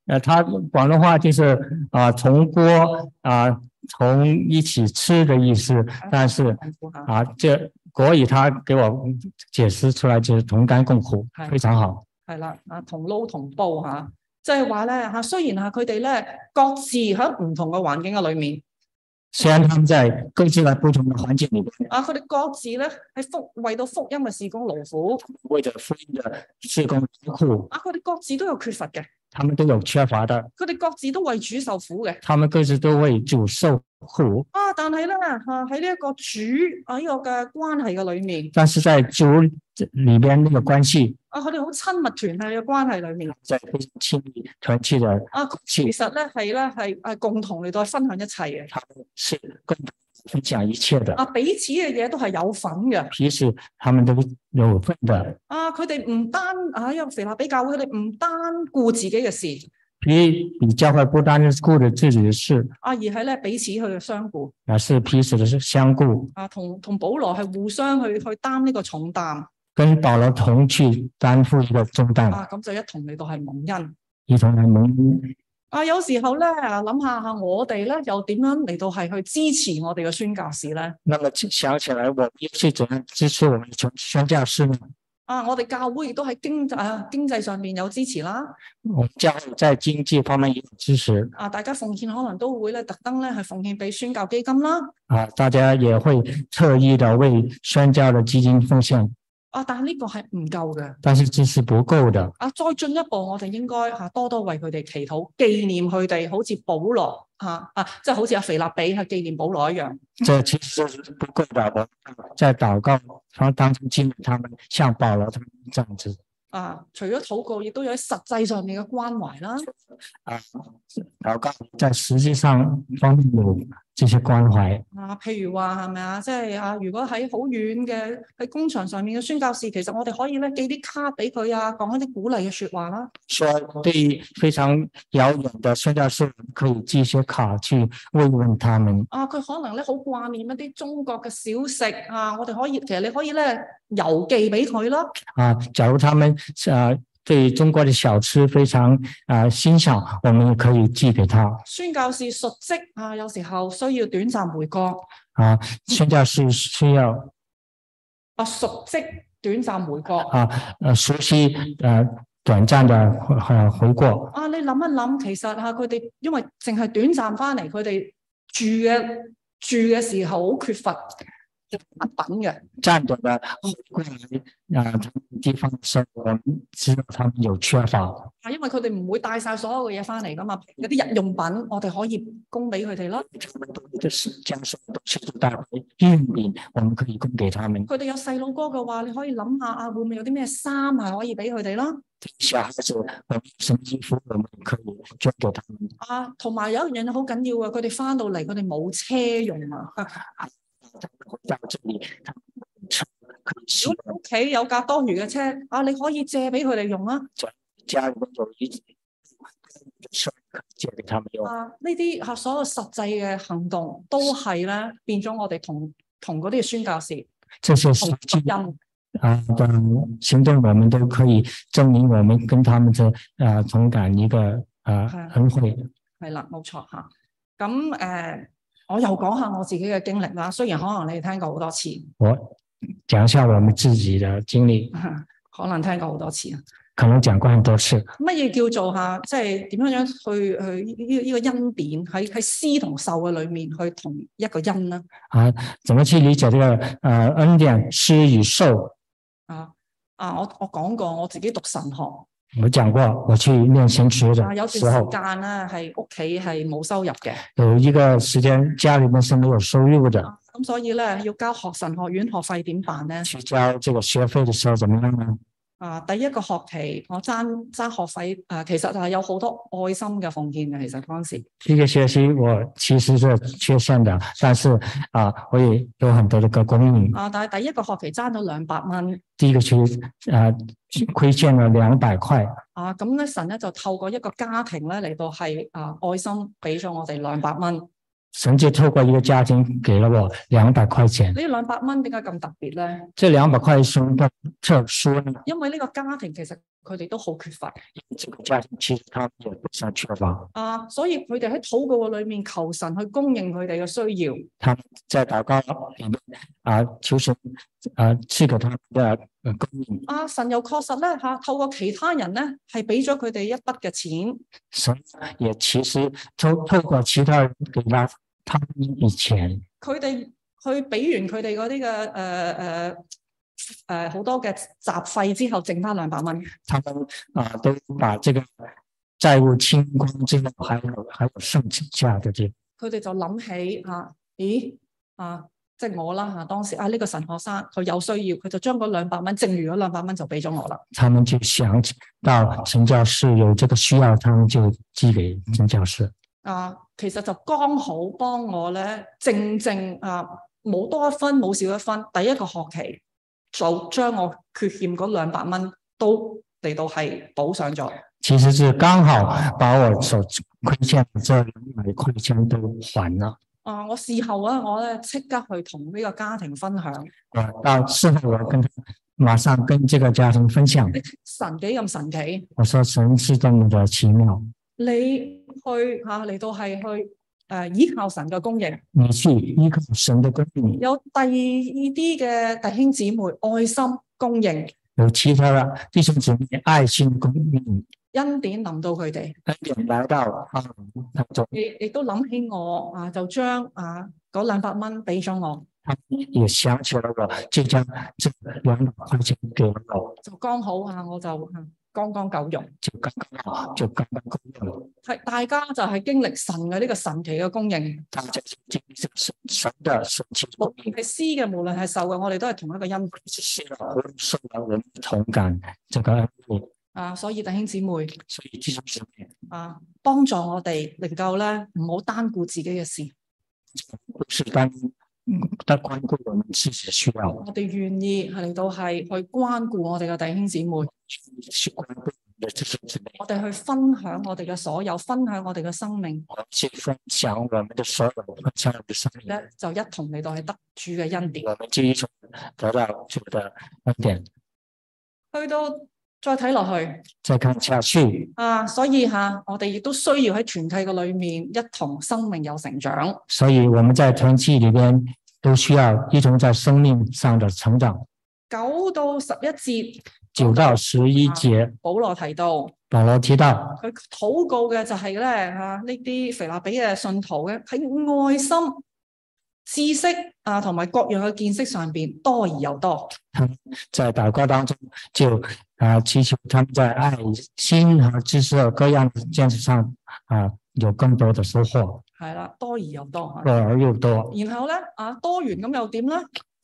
B: 呃，他广东话就是啊、同锅啊、同一起吃的意思，但是
C: 同苦嚇。
B: 啊，这国语他给我解释出来就是同甘共苦，非常好。
C: 係啦，啊同撈同煲嚇，即係話咧嚇，雖然嚇佢哋咧各自喺唔同嘅環境嘅裏面，
B: 虽然他们在各自的不同的环境里面，
C: 啊佢哋各自咧喺福為到福音嘅事工勞苦，
B: 为了福音的事工劳苦，
C: 啊佢哋各自都有缺乏嘅，
B: 他们都有缺乏的。
C: 佢哋各自都為主受苦嘅，
B: 他们各自都为主受苦，
C: 啊但係咧嚇喺呢一個主啊呢、個嘅關係嘅裏面，
B: 但是在主里边那个关系，
C: 啊佢哋好親密團契嘅關係裏面，
B: 在非常亲密团契的
C: 啊
B: 契
C: 其，實咧係咧係係共同嚟到分享一切嘅，
B: 他们是共同分享一切的，
C: 啊彼此嘅嘢都係有份嘅。
B: 其实他们都有份的。
C: 啊！佢哋唔單啊，因為腓立比教會，佢哋唔單顧自己嘅事，
B: 彼比教会不单是顾着自己的事，
C: 啊，而係咧彼此去相顧，
B: 而是彼此的相顾，
C: 啊，同同保羅係互相去去擔呢個重擔，
B: 跟保罗同去担负一个重担，
C: 啊，咁就一同嚟到係蒙恩。
B: 一同来蒙恩。
C: 啊，有時候咧，諗下下我哋咧又點樣嚟到係去支持我哋嘅宣教士咧？
B: 那么想起来，我们是怎样支持我们的宣教师呢？
C: 啊，我哋教會亦都喺經濟啊經濟上面有支持啦，
B: 我们教会在经济方面也有支持，
C: 啊，大家奉獻可能都會咧特登咧係奉獻俾宣教基金啦，
B: 啊，大家也会特意的为宣教的基金奉献。
C: 啊，但係呢個係唔夠嘅。
B: 但是这是不够的。
C: 啊，再進一步，我哋應該嚇多多為佢哋祈禱，紀念佢哋，好似保羅嚇啊，即係好似阿肥立比係紀念保羅一樣。
B: 这其实是不够的。我在祷告，然后当中经历他们，像保罗他们这样子
C: 啊，除咗禱告，亦都有喺實際上面嘅關懷啦。
B: 祷告，在实际上方面有这些关怀。
C: 啊，譬如話係咪啊？即係啊，如果喺好遠嘅喺工場上面嘅宣教士，其實我哋可以咧寄啲卡俾佢啊，講一啲鼓勵嘅説話啦。
B: 说对于非常遥远的宣教士，我们可以寄一些卡去慰问他们。
C: 啊，佢可能咧好掛念一啲中國嘅小食啊，我哋可以其實你可以咧郵寄俾佢啦。
B: 啊，假如他们呃对中国的小吃非常呃欣赏，我们也可以寄给他。
C: 宣教士述職啊，有時候需要短暫回國。
B: 啊，宣教士需要
C: 啊，述職短暫回國。
B: 啊呃熟悉呃短暂的呃回过。
C: 啊，你諗一諗，其實啊，佢哋因為淨係短暫翻嚟，佢哋住嘅住嘅時候好缺乏物品嘅。
B: 站短的归来啊，他们地方的时候，我们知道他们有缺乏
C: 啊，因為佢哋唔會帶晒所有嘅嘢翻嚟噶嘛，有啲日用品我哋可以供俾佢哋啦。
B: 就是将所有东西都带回运饼，我们可以供给他们。
C: 佢哋有細路哥嘅話，你可以諗下啊，會唔會有啲咩衫啊係可以俾佢哋啦？
B: 小孩子，我们有什么衣服，我们可以捐给他们。
C: 啊，同埋有一樣嘢好緊要啊，佢哋翻到嚟佢哋冇車用啊。
B: 他们回到这里，他们有车可以使
C: 如
B: 用
C: 果你屋企有架多餘嘅車，啊，你可以借俾佢哋用啊。
B: 家里面有一车可以借给他们用。
C: 啊，呢啲嚇所有實際嘅行動都係咧變咗我哋同同嗰啲宣教士
B: 这些
C: 同
B: 实
C: 福
B: 际
C: 音
B: 啊的行动，我们都可以证明我们跟他们的啊同感一个啊
C: 是
B: 恩惠。
C: 係啦，冇錯嚇。咁誒、呃我又講下我自己嘅經歷啦。雖然可能你哋聽過好多次，
B: 我讲一下我们自己的经历，
C: 可能聽過好多次啊。
B: 可能讲过很多次。
C: 乜嘢叫做嚇？即係點樣樣去去呢呢個恩典喺喺施同受嘅裏面去同一個恩啦
B: 啊，怎么去理解这个呃恩典施与受？
C: 啊！啊！我我講過我自己讀神學
B: 我讲过，我去练神学
C: 啊，有
B: 的
C: 段
B: 时
C: 時
B: 候，
C: 間咧係屋企係冇收入嘅。
B: 有一个时间家里面是没有收入的，
C: 啊咁所以咧，要交學神學院學費點辦咧？
B: 去交这个学费的时候怎么样呢？
C: 啊，第一個學期我爭爭學費，啊，其實啊有好多愛心嘅奉獻嘅，其實嗰陣時
B: 这个学期我其实是缺陷的，但是啊，我也有很多的个供应。
C: 啊，但係第一個學期爭咗兩百蚊，
B: 第一个学期啊，亏欠了两百块，
C: 啊，咁咧神咧就透過一個家庭咧嚟到係啊愛心俾咗我哋兩百蚊，呢
B: 神就透过一个家庭给了我两百块钱。
C: 兩百蚊點解咁特別咧？
B: 这两百块是一个特殊呢，
C: 因為呢個家庭其實佢哋都好缺乏
B: 这个家庭其实他们也非常缺乏，
C: 啊，所以佢哋喺禱告嘅裏面求神去供應佢哋嘅需要。
B: 在祷告里面啊，求神啊赐给他们的呃供应，
C: 啊，神又確實咧嚇、透過其他人咧係俾咗佢哋一筆嘅錢。
B: 神也其实透透过其他人给他他们一笔钱，
C: 佢哋去俾完佢哋嗰啲嘅誒誒誒好多嘅雜費之後，剩翻兩百蚊。
B: 他们啊都把这个债务清光之后，还有还有剩下的这
C: 佢哋就諗起啊，咦啊，即係我啦嚇、啊，當時啊呢、個神學生佢有需要，佢就將嗰兩百蚊，剩餘嗰兩百蚊就俾咗我啦。
B: 他们就想起到陈教士有这个需要，他们就寄给陈教士。
C: 啊，其實就剛好幫我咧，正正啊冇多一分冇少一分，第一個學期就將我缺欠嗰兩百蚊都嚟到係補上咗。
B: 其实是刚好把我所亏欠的这两百块钱都还了。
C: 啊！我事後啊，我咧即刻去同呢個家庭分享，
B: 啊，到事后我跟他马上跟这个家庭分享，
C: 神幾咁神奇，
B: 我说神是多么的奇妙，
C: 你去嚇嚟、到係去誒、呃依靠神嘅供應，
B: 你去依靠神的供应，
C: 有第二啲嘅弟兄姊妹愛心供應，
B: 有其他的弟兄姊妹爱心的供应，
C: 恩典臨到佢哋，
B: 恩典来到他们当中，
C: 亦亦都諗起我啊，就將啊嗰兩百蚊俾咗我，
B: 他也想起了我，就将这两百块钱给了我，
C: 就剛好啊，我就啊剛剛夠用。
B: 就刚刚好，就刚刚够用了。
C: 係大家就係經歷神嘅呢個神奇嘅供應，
B: 大家就经历这个神神的神奇
C: 無
B: 供
C: 論
B: 应，
C: 係施嘅，無論係受嘅，我哋都係同一個恩
B: 这些人我们受到人的同感，这个恩惠。
C: 啊！所以弟兄姊妹
B: 所以弟兄姊妹，
C: 啊，幫助我哋能夠咧唔好單顧自己嘅事，
B: 不是单单关顾我们自己的需要，
C: 我哋願意係嚟到係去關顧我哋嘅弟兄姊妹，我
B: 是关顾我们的弟兄姊妹，
C: 哋去分享我哋嘅所有，分享我哋嘅生命
B: 我们去分享我们的所有，分享我们的生命。
C: 咧，就一同嚟到係得主嘅恩典。
B: 我们就一同得到主的恩典。
C: 去到再睇落去。
B: 再看下去，
C: 啊，所以吓、我哋亦都需要喺團契嘅裏面一同生命有成長。
B: 所以我们在团契里边都需要一同在生命上的成长。
C: 九到十一節，
B: 九到十一节，
C: 保羅提到
B: 保罗提到，
C: 佢禱告嘅就係咧吓呢啲腓立比嘅信徒嘅喺愛心、知識啊同埋各樣嘅見識上邊多而又多。
B: 在祷告当中就啊祈求他们在爱心和知识的各样的建设上啊有更多的收获，
C: 係啦，多而又多啊
B: 多而又多，
C: 然後咧啊，多元咁又點咧？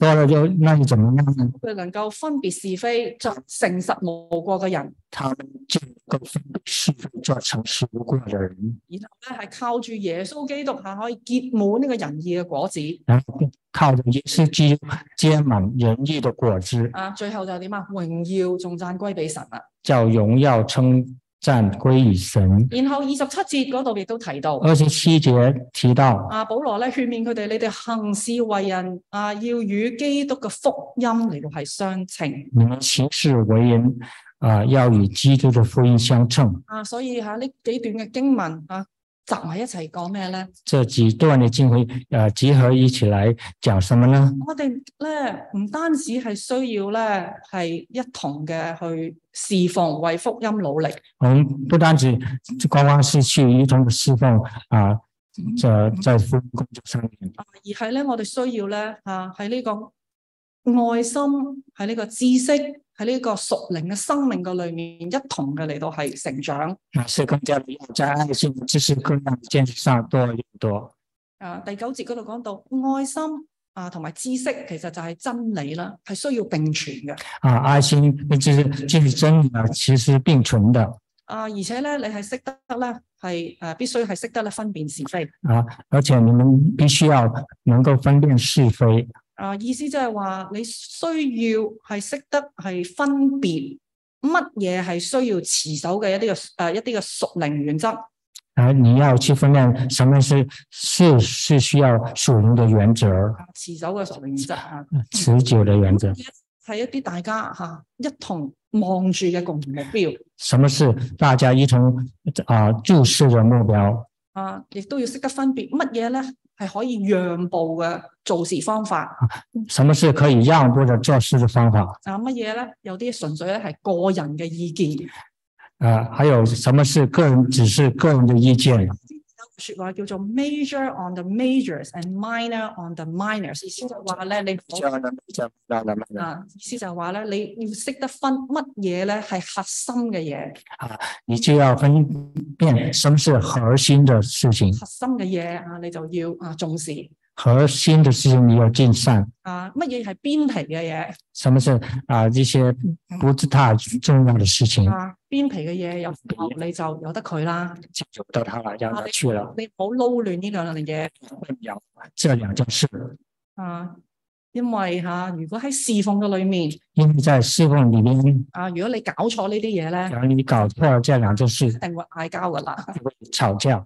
B: 多了又那又怎么样呢？
C: 佢能夠分別是非，作誠實無過嘅人，
B: 他们就够分别是非做成熟过的人，
C: 然後咧係靠住耶穌基督嚇可以結滿呢個仁義嘅果子。
B: 然后靠着耶稣基督结满仁义的果子，
C: 啊，最後就點啊？榮耀仲讚歸俾神啊！
B: 叫荣耀称赞归于神。
C: 然後二十七節嗰度亦都提到，
B: 二十七节提到，
C: 啊，保羅咧勸勉佢哋，你哋行事為人啊，要與基督嘅福音嚟到係相稱
B: 你们行事为人啊、要与基督的福音相称。
C: 啊。所以嚇呢、幾段嘅經文啊，集埋一齊講咩咧？
B: 这几段的经文呃集合一起来讲什么呢？
C: 我哋咧唔單止係需要咧係一同嘅去侍奉，為福音努力，
B: 我们不单只光光是去一同侍奉啊、这在福音工作上面，
C: 啊而係咧我哋需要咧啊喺呢個愛心，喺呢個知識，喺呢個屬靈嘅生命嘅裏面，一同嘅嚟到係成長。
B: 啊，是更加的要在爱心、知识各样的建设上多而又多。
C: 啊，第九節嗰度講到愛心啊，同埋知識其實就係真理啦，係需要並存嘅。
B: 啊，爱心跟知识就是真理啊，其实并存的
C: 啊，而且咧，你係識得咧，係誒、呃必須係識得咧分辨是非。
B: 啊，而且你们必须要能够分辨是非
C: 啊，意思即係話你需要係識得係分辨乜嘢係需要持守嘅一啲嘅啊誒一啲嘅屬靈原則。
B: 啊，你要去分辨什么是是是需要属灵的原则、
C: 啊持守嘅屬靈原則啊，
B: 持久的原则，
C: 係一啲大家嚇、啊一同望住嘅共同目標
B: 什么是大家一同啊注视的目标
C: 啊，亦都要識得分別乜嘢咧係可以讓步嘅做事方法
B: 什么是可以让步的做事的方法
C: 啊，乜嘢咧有啲純粹咧係個人嘅意見。
B: 啊，还有什么是个人只是个人的意见
C: 有句説話叫做 major on the majors and minor on the minors，意思就係話咧你唔好啊，意思就係話咧，你要識得分乜嘢咧係核心嘅嘢，
B: 你就要分辨什么是核心的事情，
C: 核心嘅嘢啊，你就要啊重視
B: 核心的事情你要尽善。
C: 啊，乜嘢係邊皮嘅嘢
B: 什么是啊、这些不是太重要的事情，
C: 啊，邊皮嘅嘢有時候你就由得佢啦，
B: 就由到他了，让他去了，
C: 你唔好撈亂呢兩樣嘢
B: 混淆这两件事。
C: 啊，因為嚇、啊如果喺侍奉嘅裏面
B: 因为在侍奉里面，
C: 啊，如果你搞錯呢啲嘢咧，
B: 然后你搞错了这两件事
C: 一，定會嗌交噶啦。
B: 就会吵架。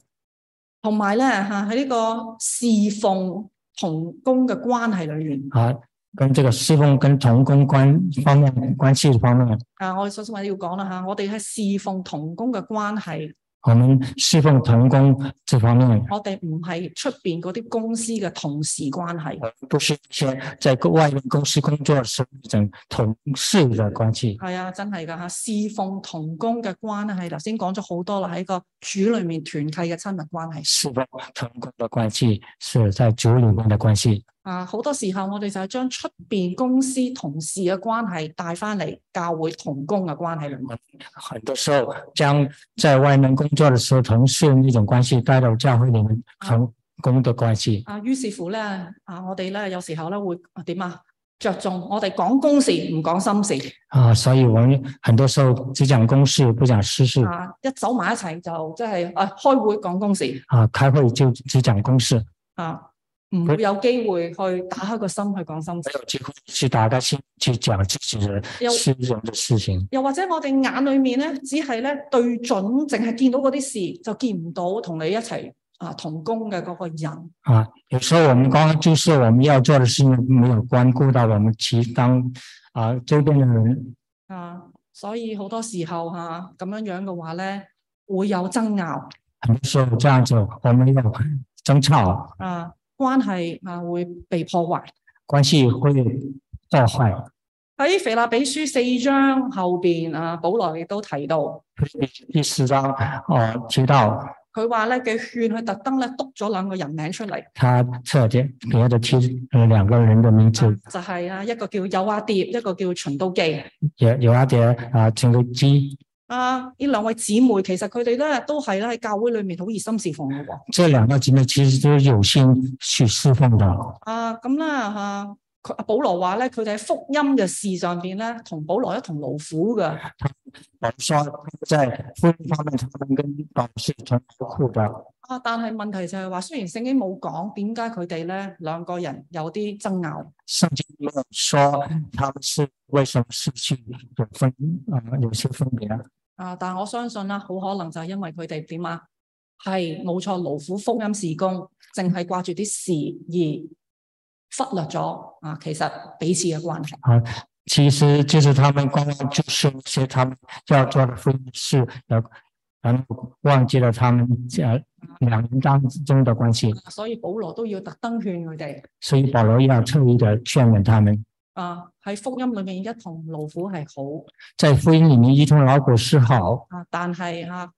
C: 同埋咧嚇喺呢個侍奉同工嘅關係裏面，
B: 啊，跟这个侍奉跟同工关方面关系方面，
C: 啊，我首先話要講啦嚇，我哋喺侍奉同工嘅關係，
B: 我们侍奉同工这方面，
C: 我哋唔係出邊嗰啲公司嘅同事關係
B: 我，们不是一些在外面公司工作时那种同事的关系。
C: 係啊，真係㗎嚇，侍奉同工嘅關係，頭先講咗好多啦，喺個主裏面團契嘅親密關係。
B: 侍奉同工的关系是在主里面的关系，
C: 啊，好多時候我哋就係將出邊公司同事嘅關係帶翻嚟教會同工嘅關係裏面。
B: 很多时候将在外面工作的时候同事那种关系带到教会里面成功的关系。
C: 啊，於是乎咧，啊，我哋咧有時候咧會啊點啊，着重我哋講公事唔講心事，
B: 啊，所以我们很多时候只讲公事不讲私事
C: 啊，一走埋一齊就即係啊開會講公事，
B: 啊，开会就只讲公事，
C: 啊，唔會有機會去打開個心去講心
B: 没
C: 事
B: 有。机会去打开心去讲自己的
C: 又
B: 私人的事情。
C: 又或者我哋眼裏面咧，只係咧對準，淨係見到嗰啲事，就見唔到同你一齊啊同工嘅嗰個人。
B: 啊，有时候我们光就是我们要做的事情没有关顾到我们其当啊周边的人
C: 啊，所以好多時候啊吓咁、樣樣嘅話咧，會有爭拗
B: 很多时候这样子，我们有争吵，
C: 啊，關係啊會被破壞。
B: 关系会破坏。
C: 喺腓立比書四章後边啊，保羅亦都提到，
B: 第四章哦提到
C: 佢話咧嘅勸佢特登咧督咗兩個人名出嚟，
B: 他特别别的提呃两个人的名
C: 啊
B: 字，
C: 就係啊一個叫友阿蝶，一個叫循道記。
B: 有有阿蝶啊，陈个基，
C: 啊！呢兩位姊妹其實佢哋咧都係咧喺教會裏面好熱心侍奉嘅喎。
B: 这两个姊妹其实都是有心去侍奉的。
C: 啊，咁啦嚇，佢、阿保羅話咧，佢哋喺福音嘅事上邊咧，同保羅一同勞苦嘅。
B: 我们说在婚姻方面，他们跟保罗是同苦的。
C: 啊，但係問題就係話，雖然聖經冇講點解佢哋咧兩個人有啲爭拗，
B: 圣经没有说他们是为什么失去有分啊、有些分别。
C: 啊，但我相信啦，好可能就係因為佢哋點啊，係冇錯勞苦福音事工，淨係掛住啲事而忽略咗啊，其實彼此嘅關係。
B: 其实就是他们光忘就是一些他们要做的婚事，然后然后忘记了他们呃两人当中的关系，
C: 所以保羅都要特登勸佢哋。
B: 所以保罗要特意的劝勉他们，
C: 啊，喺福音裏面一同勞苦係好
B: 在福音里面一同劳苦是好，
C: 啊，但係啊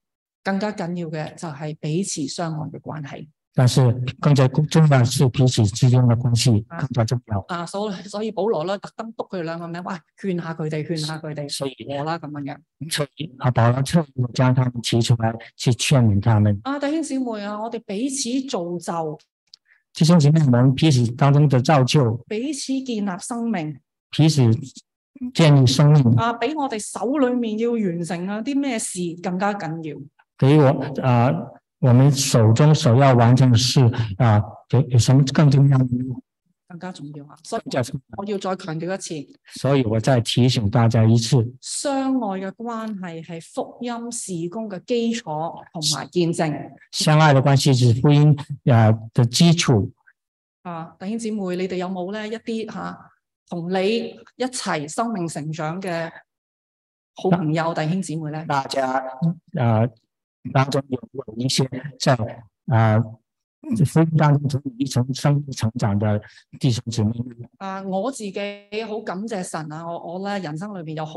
C: 更加緊要嘅就係彼此相愛嘅關係
B: 但是更加重要的是彼此之间的关系更加重要。
C: 啊，所以所以保羅咧特登督佢哋兩個名，喂，勸下佢哋，勸下佢哋
B: 所以啊
C: 和啦咁樣樣
B: 特意啊，保罗特意地将他们提出来去劝勉他们。
C: 啊，弟兄姊妹啊，我哋彼此造就，
B: 弟兄姊妹，我们彼此当中的造就，
C: 彼此建立生命
B: 彼此建立生命，
C: 啊，比我哋手裏面要完成啊啲咩事更加緊要。
B: 给我啊、我们手中所要完成的事啊、有有什么更重要的？
C: 更加重要啊！所以
B: 更加重要
C: 我要再強調一次，
B: 所以我再提醒大家一次，
C: 相愛嘅關係係福音事工嘅基礎同埋見證。
B: 相爱的关系是福音啊、的基础。
C: 啊，弟兄姊妹，你哋有冇咧一啲吓同你一齊生命成長嘅好朋友、弟兄姊妹咧？
B: 大家啊、当中有有一些在啊、福音当中同你一同生命成长的弟兄姊妹
C: 啊，我自己好感謝神啊！我我咧人生裏边有好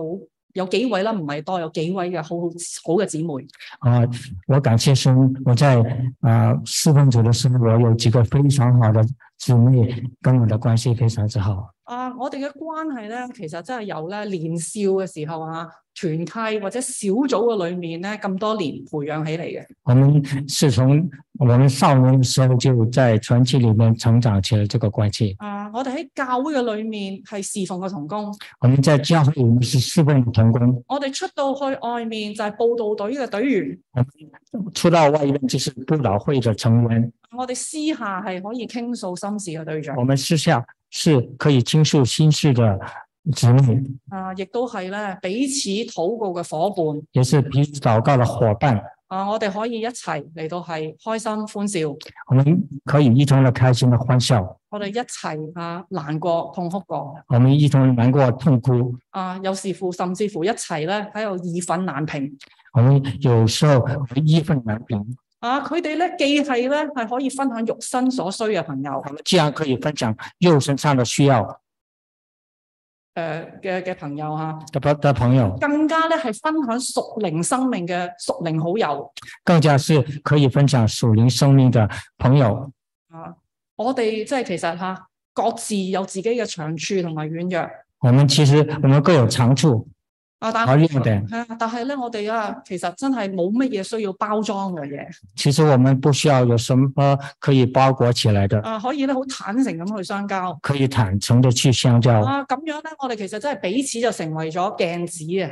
C: 有幾位啦，唔係多，有幾位嘅好好好嘅姊妹
B: 啊、我感谢神，我在啊、侍奉主的时候，我有几个非常好的姊妹，跟我的关系非常之好。
C: 啊！我哋嘅關係咧，其實真係由咧年少嘅時候啊，團契或者小組嘅裏面咧，咁多年培養起嚟嘅。
B: 我们是从我们少年的时候就在团体里面成长起了这个关系。
C: 啊，我哋喺教會嘅裏面係侍奉嘅童工，
B: 我们在教会里面是四份同工，
C: 我哋出到去外面就係報道隊嘅隊員。
B: 出到外面就是督导会的成员。
C: 我哋私下係可以傾訴心事嘅對象
B: 我，们私下是可以倾诉心事的姊妹，
C: 啊，亦都係咧彼此禱告嘅伙伴，
B: 也是彼此祷告的伙伴。
C: 啊，我哋可以一齊嚟到係開心歡笑，
B: 我们可以一同的开心的欢笑，
C: 我哋一齊啊難過痛哭過，
B: 我们一同地难过痛哭，
C: 啊，有時乎甚至乎一齊咧喺度義憤難平，
B: 我们有时候义愤难平。
C: 啊，佢哋咧既係咧係可以分享肉身所需嘅朋友，
B: 我们既然可以分享肉身上的需要
C: 誒呃嘅嘅朋友嚇，
B: 的朋的朋友，
C: 更加咧係分享屬靈生命嘅屬靈好友。
B: 更加是可以分享属灵生命的朋友。
C: 啊，我哋即係其實吓、各自有自己嘅長處同埋軟弱。
B: 我们其实我们各有长處，
C: 啊，但
B: 好弱點。
C: 係啊，但係咧，我哋啊，其實真係冇乜嘢需要包裝嘅嘢。
B: 其实我们不需要有什么可以包裹起来的，
C: 啊，可以咧好坦誠咁去相交。
B: 可以坦诚的去相交。
C: 啊，咁樣咧，我哋其實真係彼此就成為咗鏡子啊！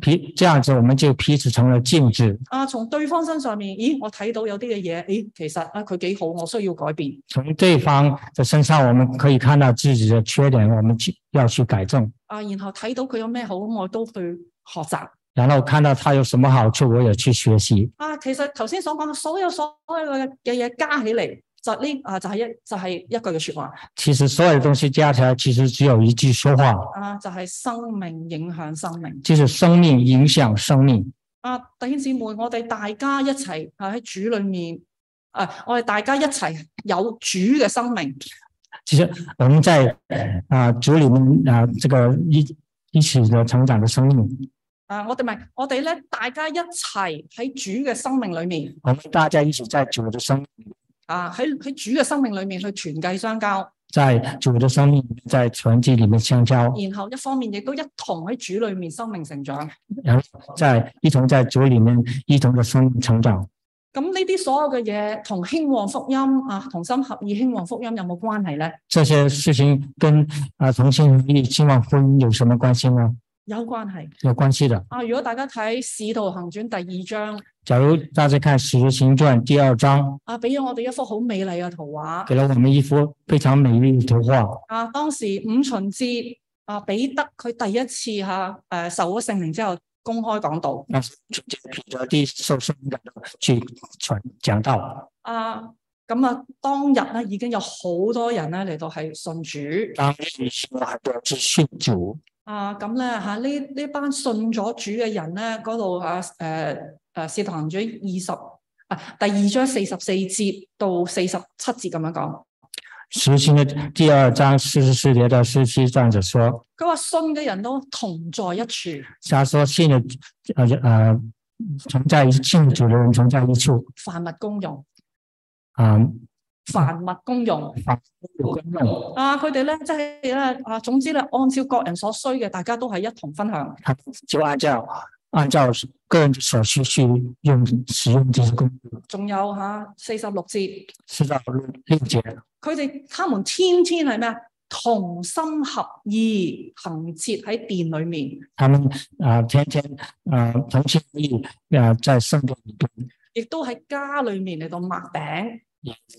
B: 彼这样子，我们就彼此成了镜子。
C: 啊，從對方身上面，咦，我睇到有啲嘅嘢，咦，其實啊，佢幾好，我需要改變。
B: 从对方的身上，我们可以看到自己的缺点，我们去要去改正。
C: 啊，然後睇到佢有咩好，我都去學習。
B: 然后看到他有什么好處，我也去學習。
C: 啊，其實頭先所講嘅所有所有嘅嘢加起嚟，就呢啊就係、一就係、一句嘅説話
B: 其實所有的東西加起來，其實只有一句说話，
C: 啊，就係、生命影響生命
B: 就是生命影響生命。
C: 啊，弟兄姊妹，我哋大家一齊啊喺主裏面啊，我哋大家一齊有主嘅生命
B: 其實我們在啊、主里面啊、这個一一起的成長的生命，
C: 啊，我哋咪我哋咧，大家一齊喺主嘅生命裏面
B: 我們大家一起在主的生命，
C: 啊，喺喺主嘅生命裏面去團契相交，
B: 在主的生命里面，在團契里面相交，
C: 然後一方面亦都一同喺主裏面生命成長。
B: 在一同在主里面一同的生命成長。
C: 咁呢啲所有嘅嘢同興旺福音啊，同心合意興旺福音有冇關係咧？
B: 這些事情跟啊、同性婚姻、兴旺婚姻有什么關係呢？
C: 有關係
B: 有關係的。
C: 啊！如果大家睇《使徒行傳》第二章
B: 假如大家看《使徒行傳》第二章，
C: 啊，俾咗我哋一幅好美麗嘅圖畫
B: 给了我们一幅非常美丽的图画。
C: 啊。當時五旬節啊，彼得佢第一次嚇誒、呃受咗聖靈之後公開講道
B: 那是主借彼得地受圣灵感动去传讲道。
C: 啊。咁啊，當日咧已經有好多人咧嚟到係信主
B: 当时已经有很多人是信主，
C: 啊，咁咧嚇呢呢班信咗主嘅人咧，嗰度啊誒誒《使徒行傳》二十啊第二章四十四節到四十七節咁樣講，
B: 实行的第二章四十四节到四十七站着说，
C: 佢話信嘅人都同在一處，
B: 他说信的呃呃存在一信主的人存在一处
C: 凡物公用，
B: 啊，
C: 凡物公用
B: 有功用，
C: 啊！佢哋咧即係咧啊，總之咧，按照各人所需嘅，大家都係一同分享
B: 他就按照按照个人的所需去用使用这些功用。
C: 仲有嚇四十六節，
B: 四到六六节，
C: 佢哋他們天天係咩啊？同心合意行切喺殿裏面。
B: 他们啊、天天啊、同心合意啊在圣殿里边，
C: 亦都喺家裏面嚟到擘餅，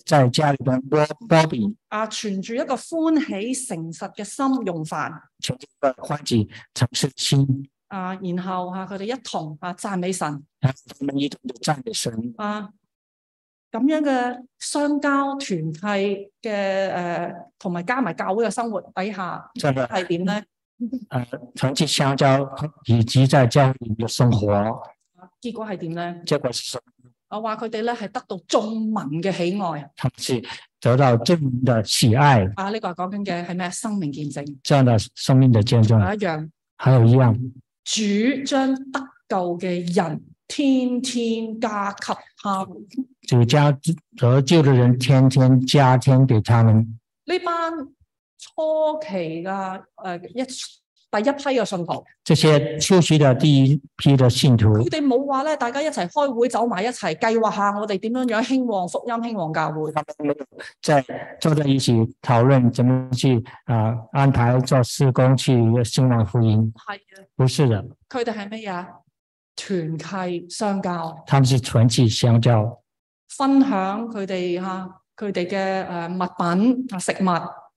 B: 在家里边剥剥饼。
C: 啊，存住一個歡喜誠實嘅心用飯，
B: 求这个欢喜城市的心，
C: 啊，然後啊佢哋一同啊讚美神，
B: 然后他们一同的赞美神。
C: 啊，咁樣嘅相交團契嘅诶，同、埋加埋教會嘅生活底下
B: 这个
C: 係點咧？
B: 呃，长期相交以及在教会里面的生活，
C: 結果係點咧？
B: 结果是什么？
C: 我話佢哋咧係得到眾民嘅喜愛，
B: 他们是得到证明的喜爱，
C: 啊，呢、個个講緊嘅係咩？生命見證，
B: 这样的生命的见证。
C: 有一樣
B: 还有一样，
C: 主將得救嘅人天天加給他們。
B: 主家得救的人天天加添给他们。
C: 呢班初期嘅誒一第一批嘅信徒，
B: 这些初期的第一批的信徒
C: 佢，哋冇話咧，大家一齊開會走埋一齊計劃下我哋點樣樣興旺福音、興旺教會。
B: 他们没有在坐在一起讨论怎么去啊、安排做施工去兴旺福音，
C: 係啊，
B: 不是的，
C: 佢哋係乜嘢啊？團契相交，
B: 他们是纯气相交，
C: 分享佢哋嚇佢哋嘅誒物品啊食物，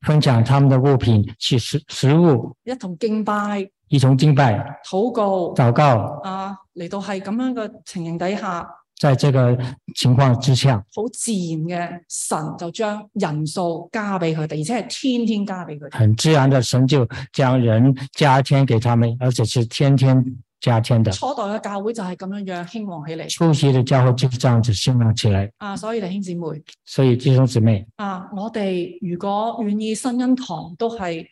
B: 分享他们的物品是食食物，
C: 一同敬拜、
B: 一同敬拜、
C: 禱告
B: 祷告。
C: 啊，嚟到係咁樣嘅情形底下，
B: 在这个情况之下，
C: 好自然嘅神就將人數加俾佢哋，而且係天天加俾佢哋。
B: 很自然的神就将人加添给他们，而且是天天加添的。
C: 初代嘅教會就係咁樣樣興旺起嚟
B: 初期的教会就是这样子兴旺起来。
C: 啊！所以弟兄姊妹
B: 所以弟兄姊妹，
C: 啊，我哋如果願意新恩堂都係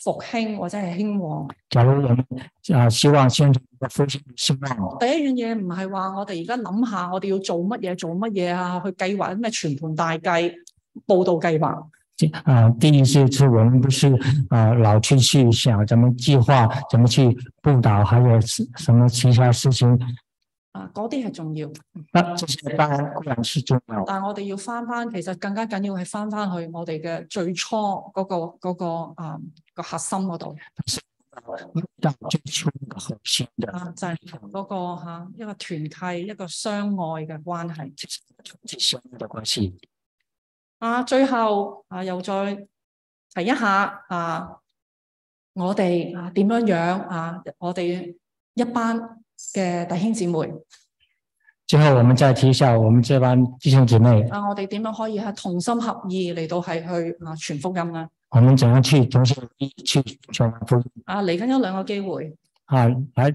C: 復興或者係興旺，
B: 假如我们啊、希望宣传的复兴兴旺，
C: 第一樣嘢唔係話我哋而家諗下我哋要做乜嘢做乜嘢啊，去計劃咩全盤大計、報道計劃
B: 这啊，第一次是我们不是啊，老去去想怎么计划，怎么去布导，还有是什么其他事情，
C: 啊，嗰啲係重要，
B: 那这些当然固然是重要，
C: 但係我哋要翻翻，其實更加緊要係翻翻去我哋嘅最初嗰、個嗰、個啊、個核心嗰度
B: 回到最初的核心的。
C: 啊，就係嗰、個啊一個團契、一個相愛嘅關係。
B: 最相应的关系。
C: 啊，最後啊，又再提一下啊，我哋啊點樣樣啊，我哋一班嘅弟兄姊妹
B: 最后，我们再提一下我们这班弟兄姊妹，
C: 啊，我哋點樣可以係同心合意嚟到係去啊傳福音咧？
B: 我们怎样去同心合意去传福音
C: 啊，嚟緊有兩個機會
B: 啊？来，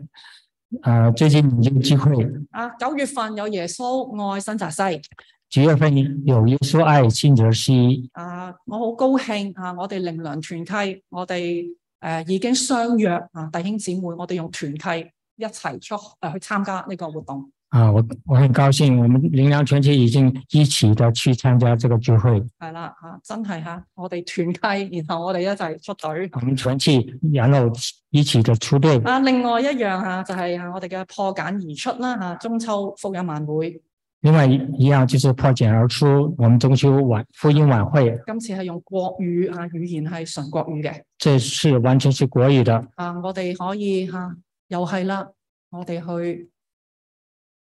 B: 呃，最近有这个机会，
C: 啊，九月份有耶穌愛新澤西
B: 九月份有耶稣爱新泽西，
C: 啊，我好高興啊，我哋靈糧團契，我哋誒、呃已經相約啊，弟兄姊妹，我哋用團契一齊出誒、呃去參加呢個活動。
B: 啊，我我很高兴，我们林良全体已经一起的去参加这个聚会，
C: 系啦吓，真係吓，我哋團契，然後我哋一齊出隊。
B: 我们全体然后一起的出队。
C: 啊，另外一樣吓就係啊我哋嘅破茧而出啦吓，中秋福音晚會，
B: 另外一一样就是破茧而出，我们中秋晚福音晚会，
C: 今次係用國語啊，語言係純國語嘅。
B: 这是完全是国语的。
C: 啊，我哋可以吓、啊又係啦，我哋去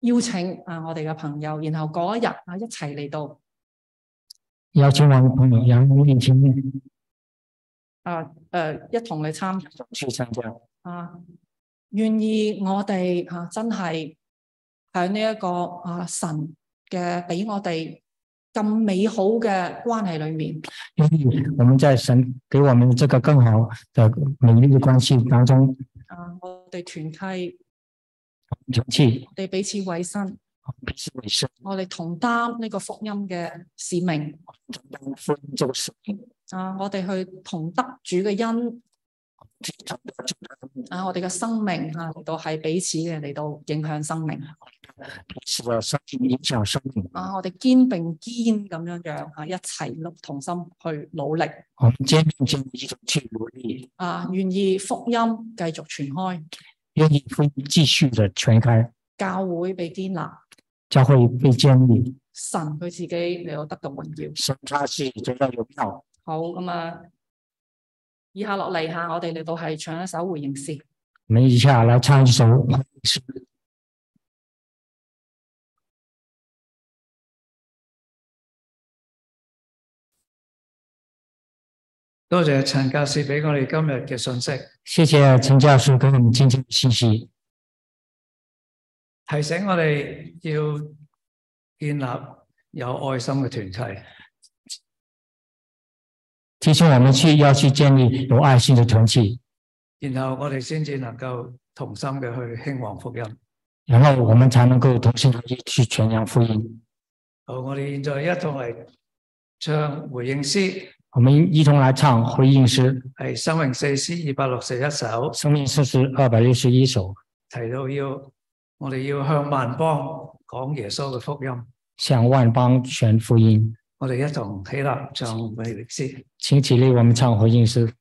C: 邀請啊我哋嘅朋友，然後嗰一日啊一齊嚟到
B: 邀请我的朋友杨红丽婷
C: 啊诶、一同嚟參加
B: 去参加。
C: 啊，願意我哋啊真係喺呢一個啊神嘅俾我哋咁美好嘅關係裏面
B: 因为我们在神给我们这个更好的美丽的关系当中，
C: 啊，我哋團契，
B: 勇气
C: 我哋彼此委身，
B: 彼此为生，
C: 我哋同擔呢個福音嘅使命
B: 承担福音这个使命，
C: 啊，我哋去同得主嘅恩
B: 去承担主的恩
C: 啊，我哋嘅生命啊嚟到係彼此嘅嚟到影響生命
B: 彼此的生命影响生命。
C: 啊，我哋肩並肩咁樣樣啊，一齊碌同心去努力
B: 我们坚定坚定一同去努力，
C: 啊，願意福音繼續傳開。
B: 愿意福音继续的传开，
C: 教會被建立，
B: 教会被建立，
C: 神佢自己嚟到得到榮耀。
B: 神他是得到荣耀。
C: 好咁啊，以下落嚟吓，我哋嚟到係唱一首回應詩。
B: 我们一下来唱一首诗。
A: 多謝陳教士俾我哋今日嘅信息，
B: 谢谢陈教授给我们今天的信息，
A: 提醒我哋要建立有愛心嘅團體。
B: 提醒我们去要去建立有爱心的团体，
A: 然後我哋先至能夠同心嘅去興旺福音。
B: 然后我们才能够同心合意去传扬福音。
A: 好，我哋現在一同嚟唱回應詩，
B: 我们一同来唱回应诗
A: 係《生命四詩》二百六十一首
B: 《生命诗》诗二百六十一首，
A: 提到要我哋要向萬邦講耶穌嘅福音。
B: 向万邦传福音。
A: 我哋一同起立唱回應詩。
B: 请起立，我们唱回应诗。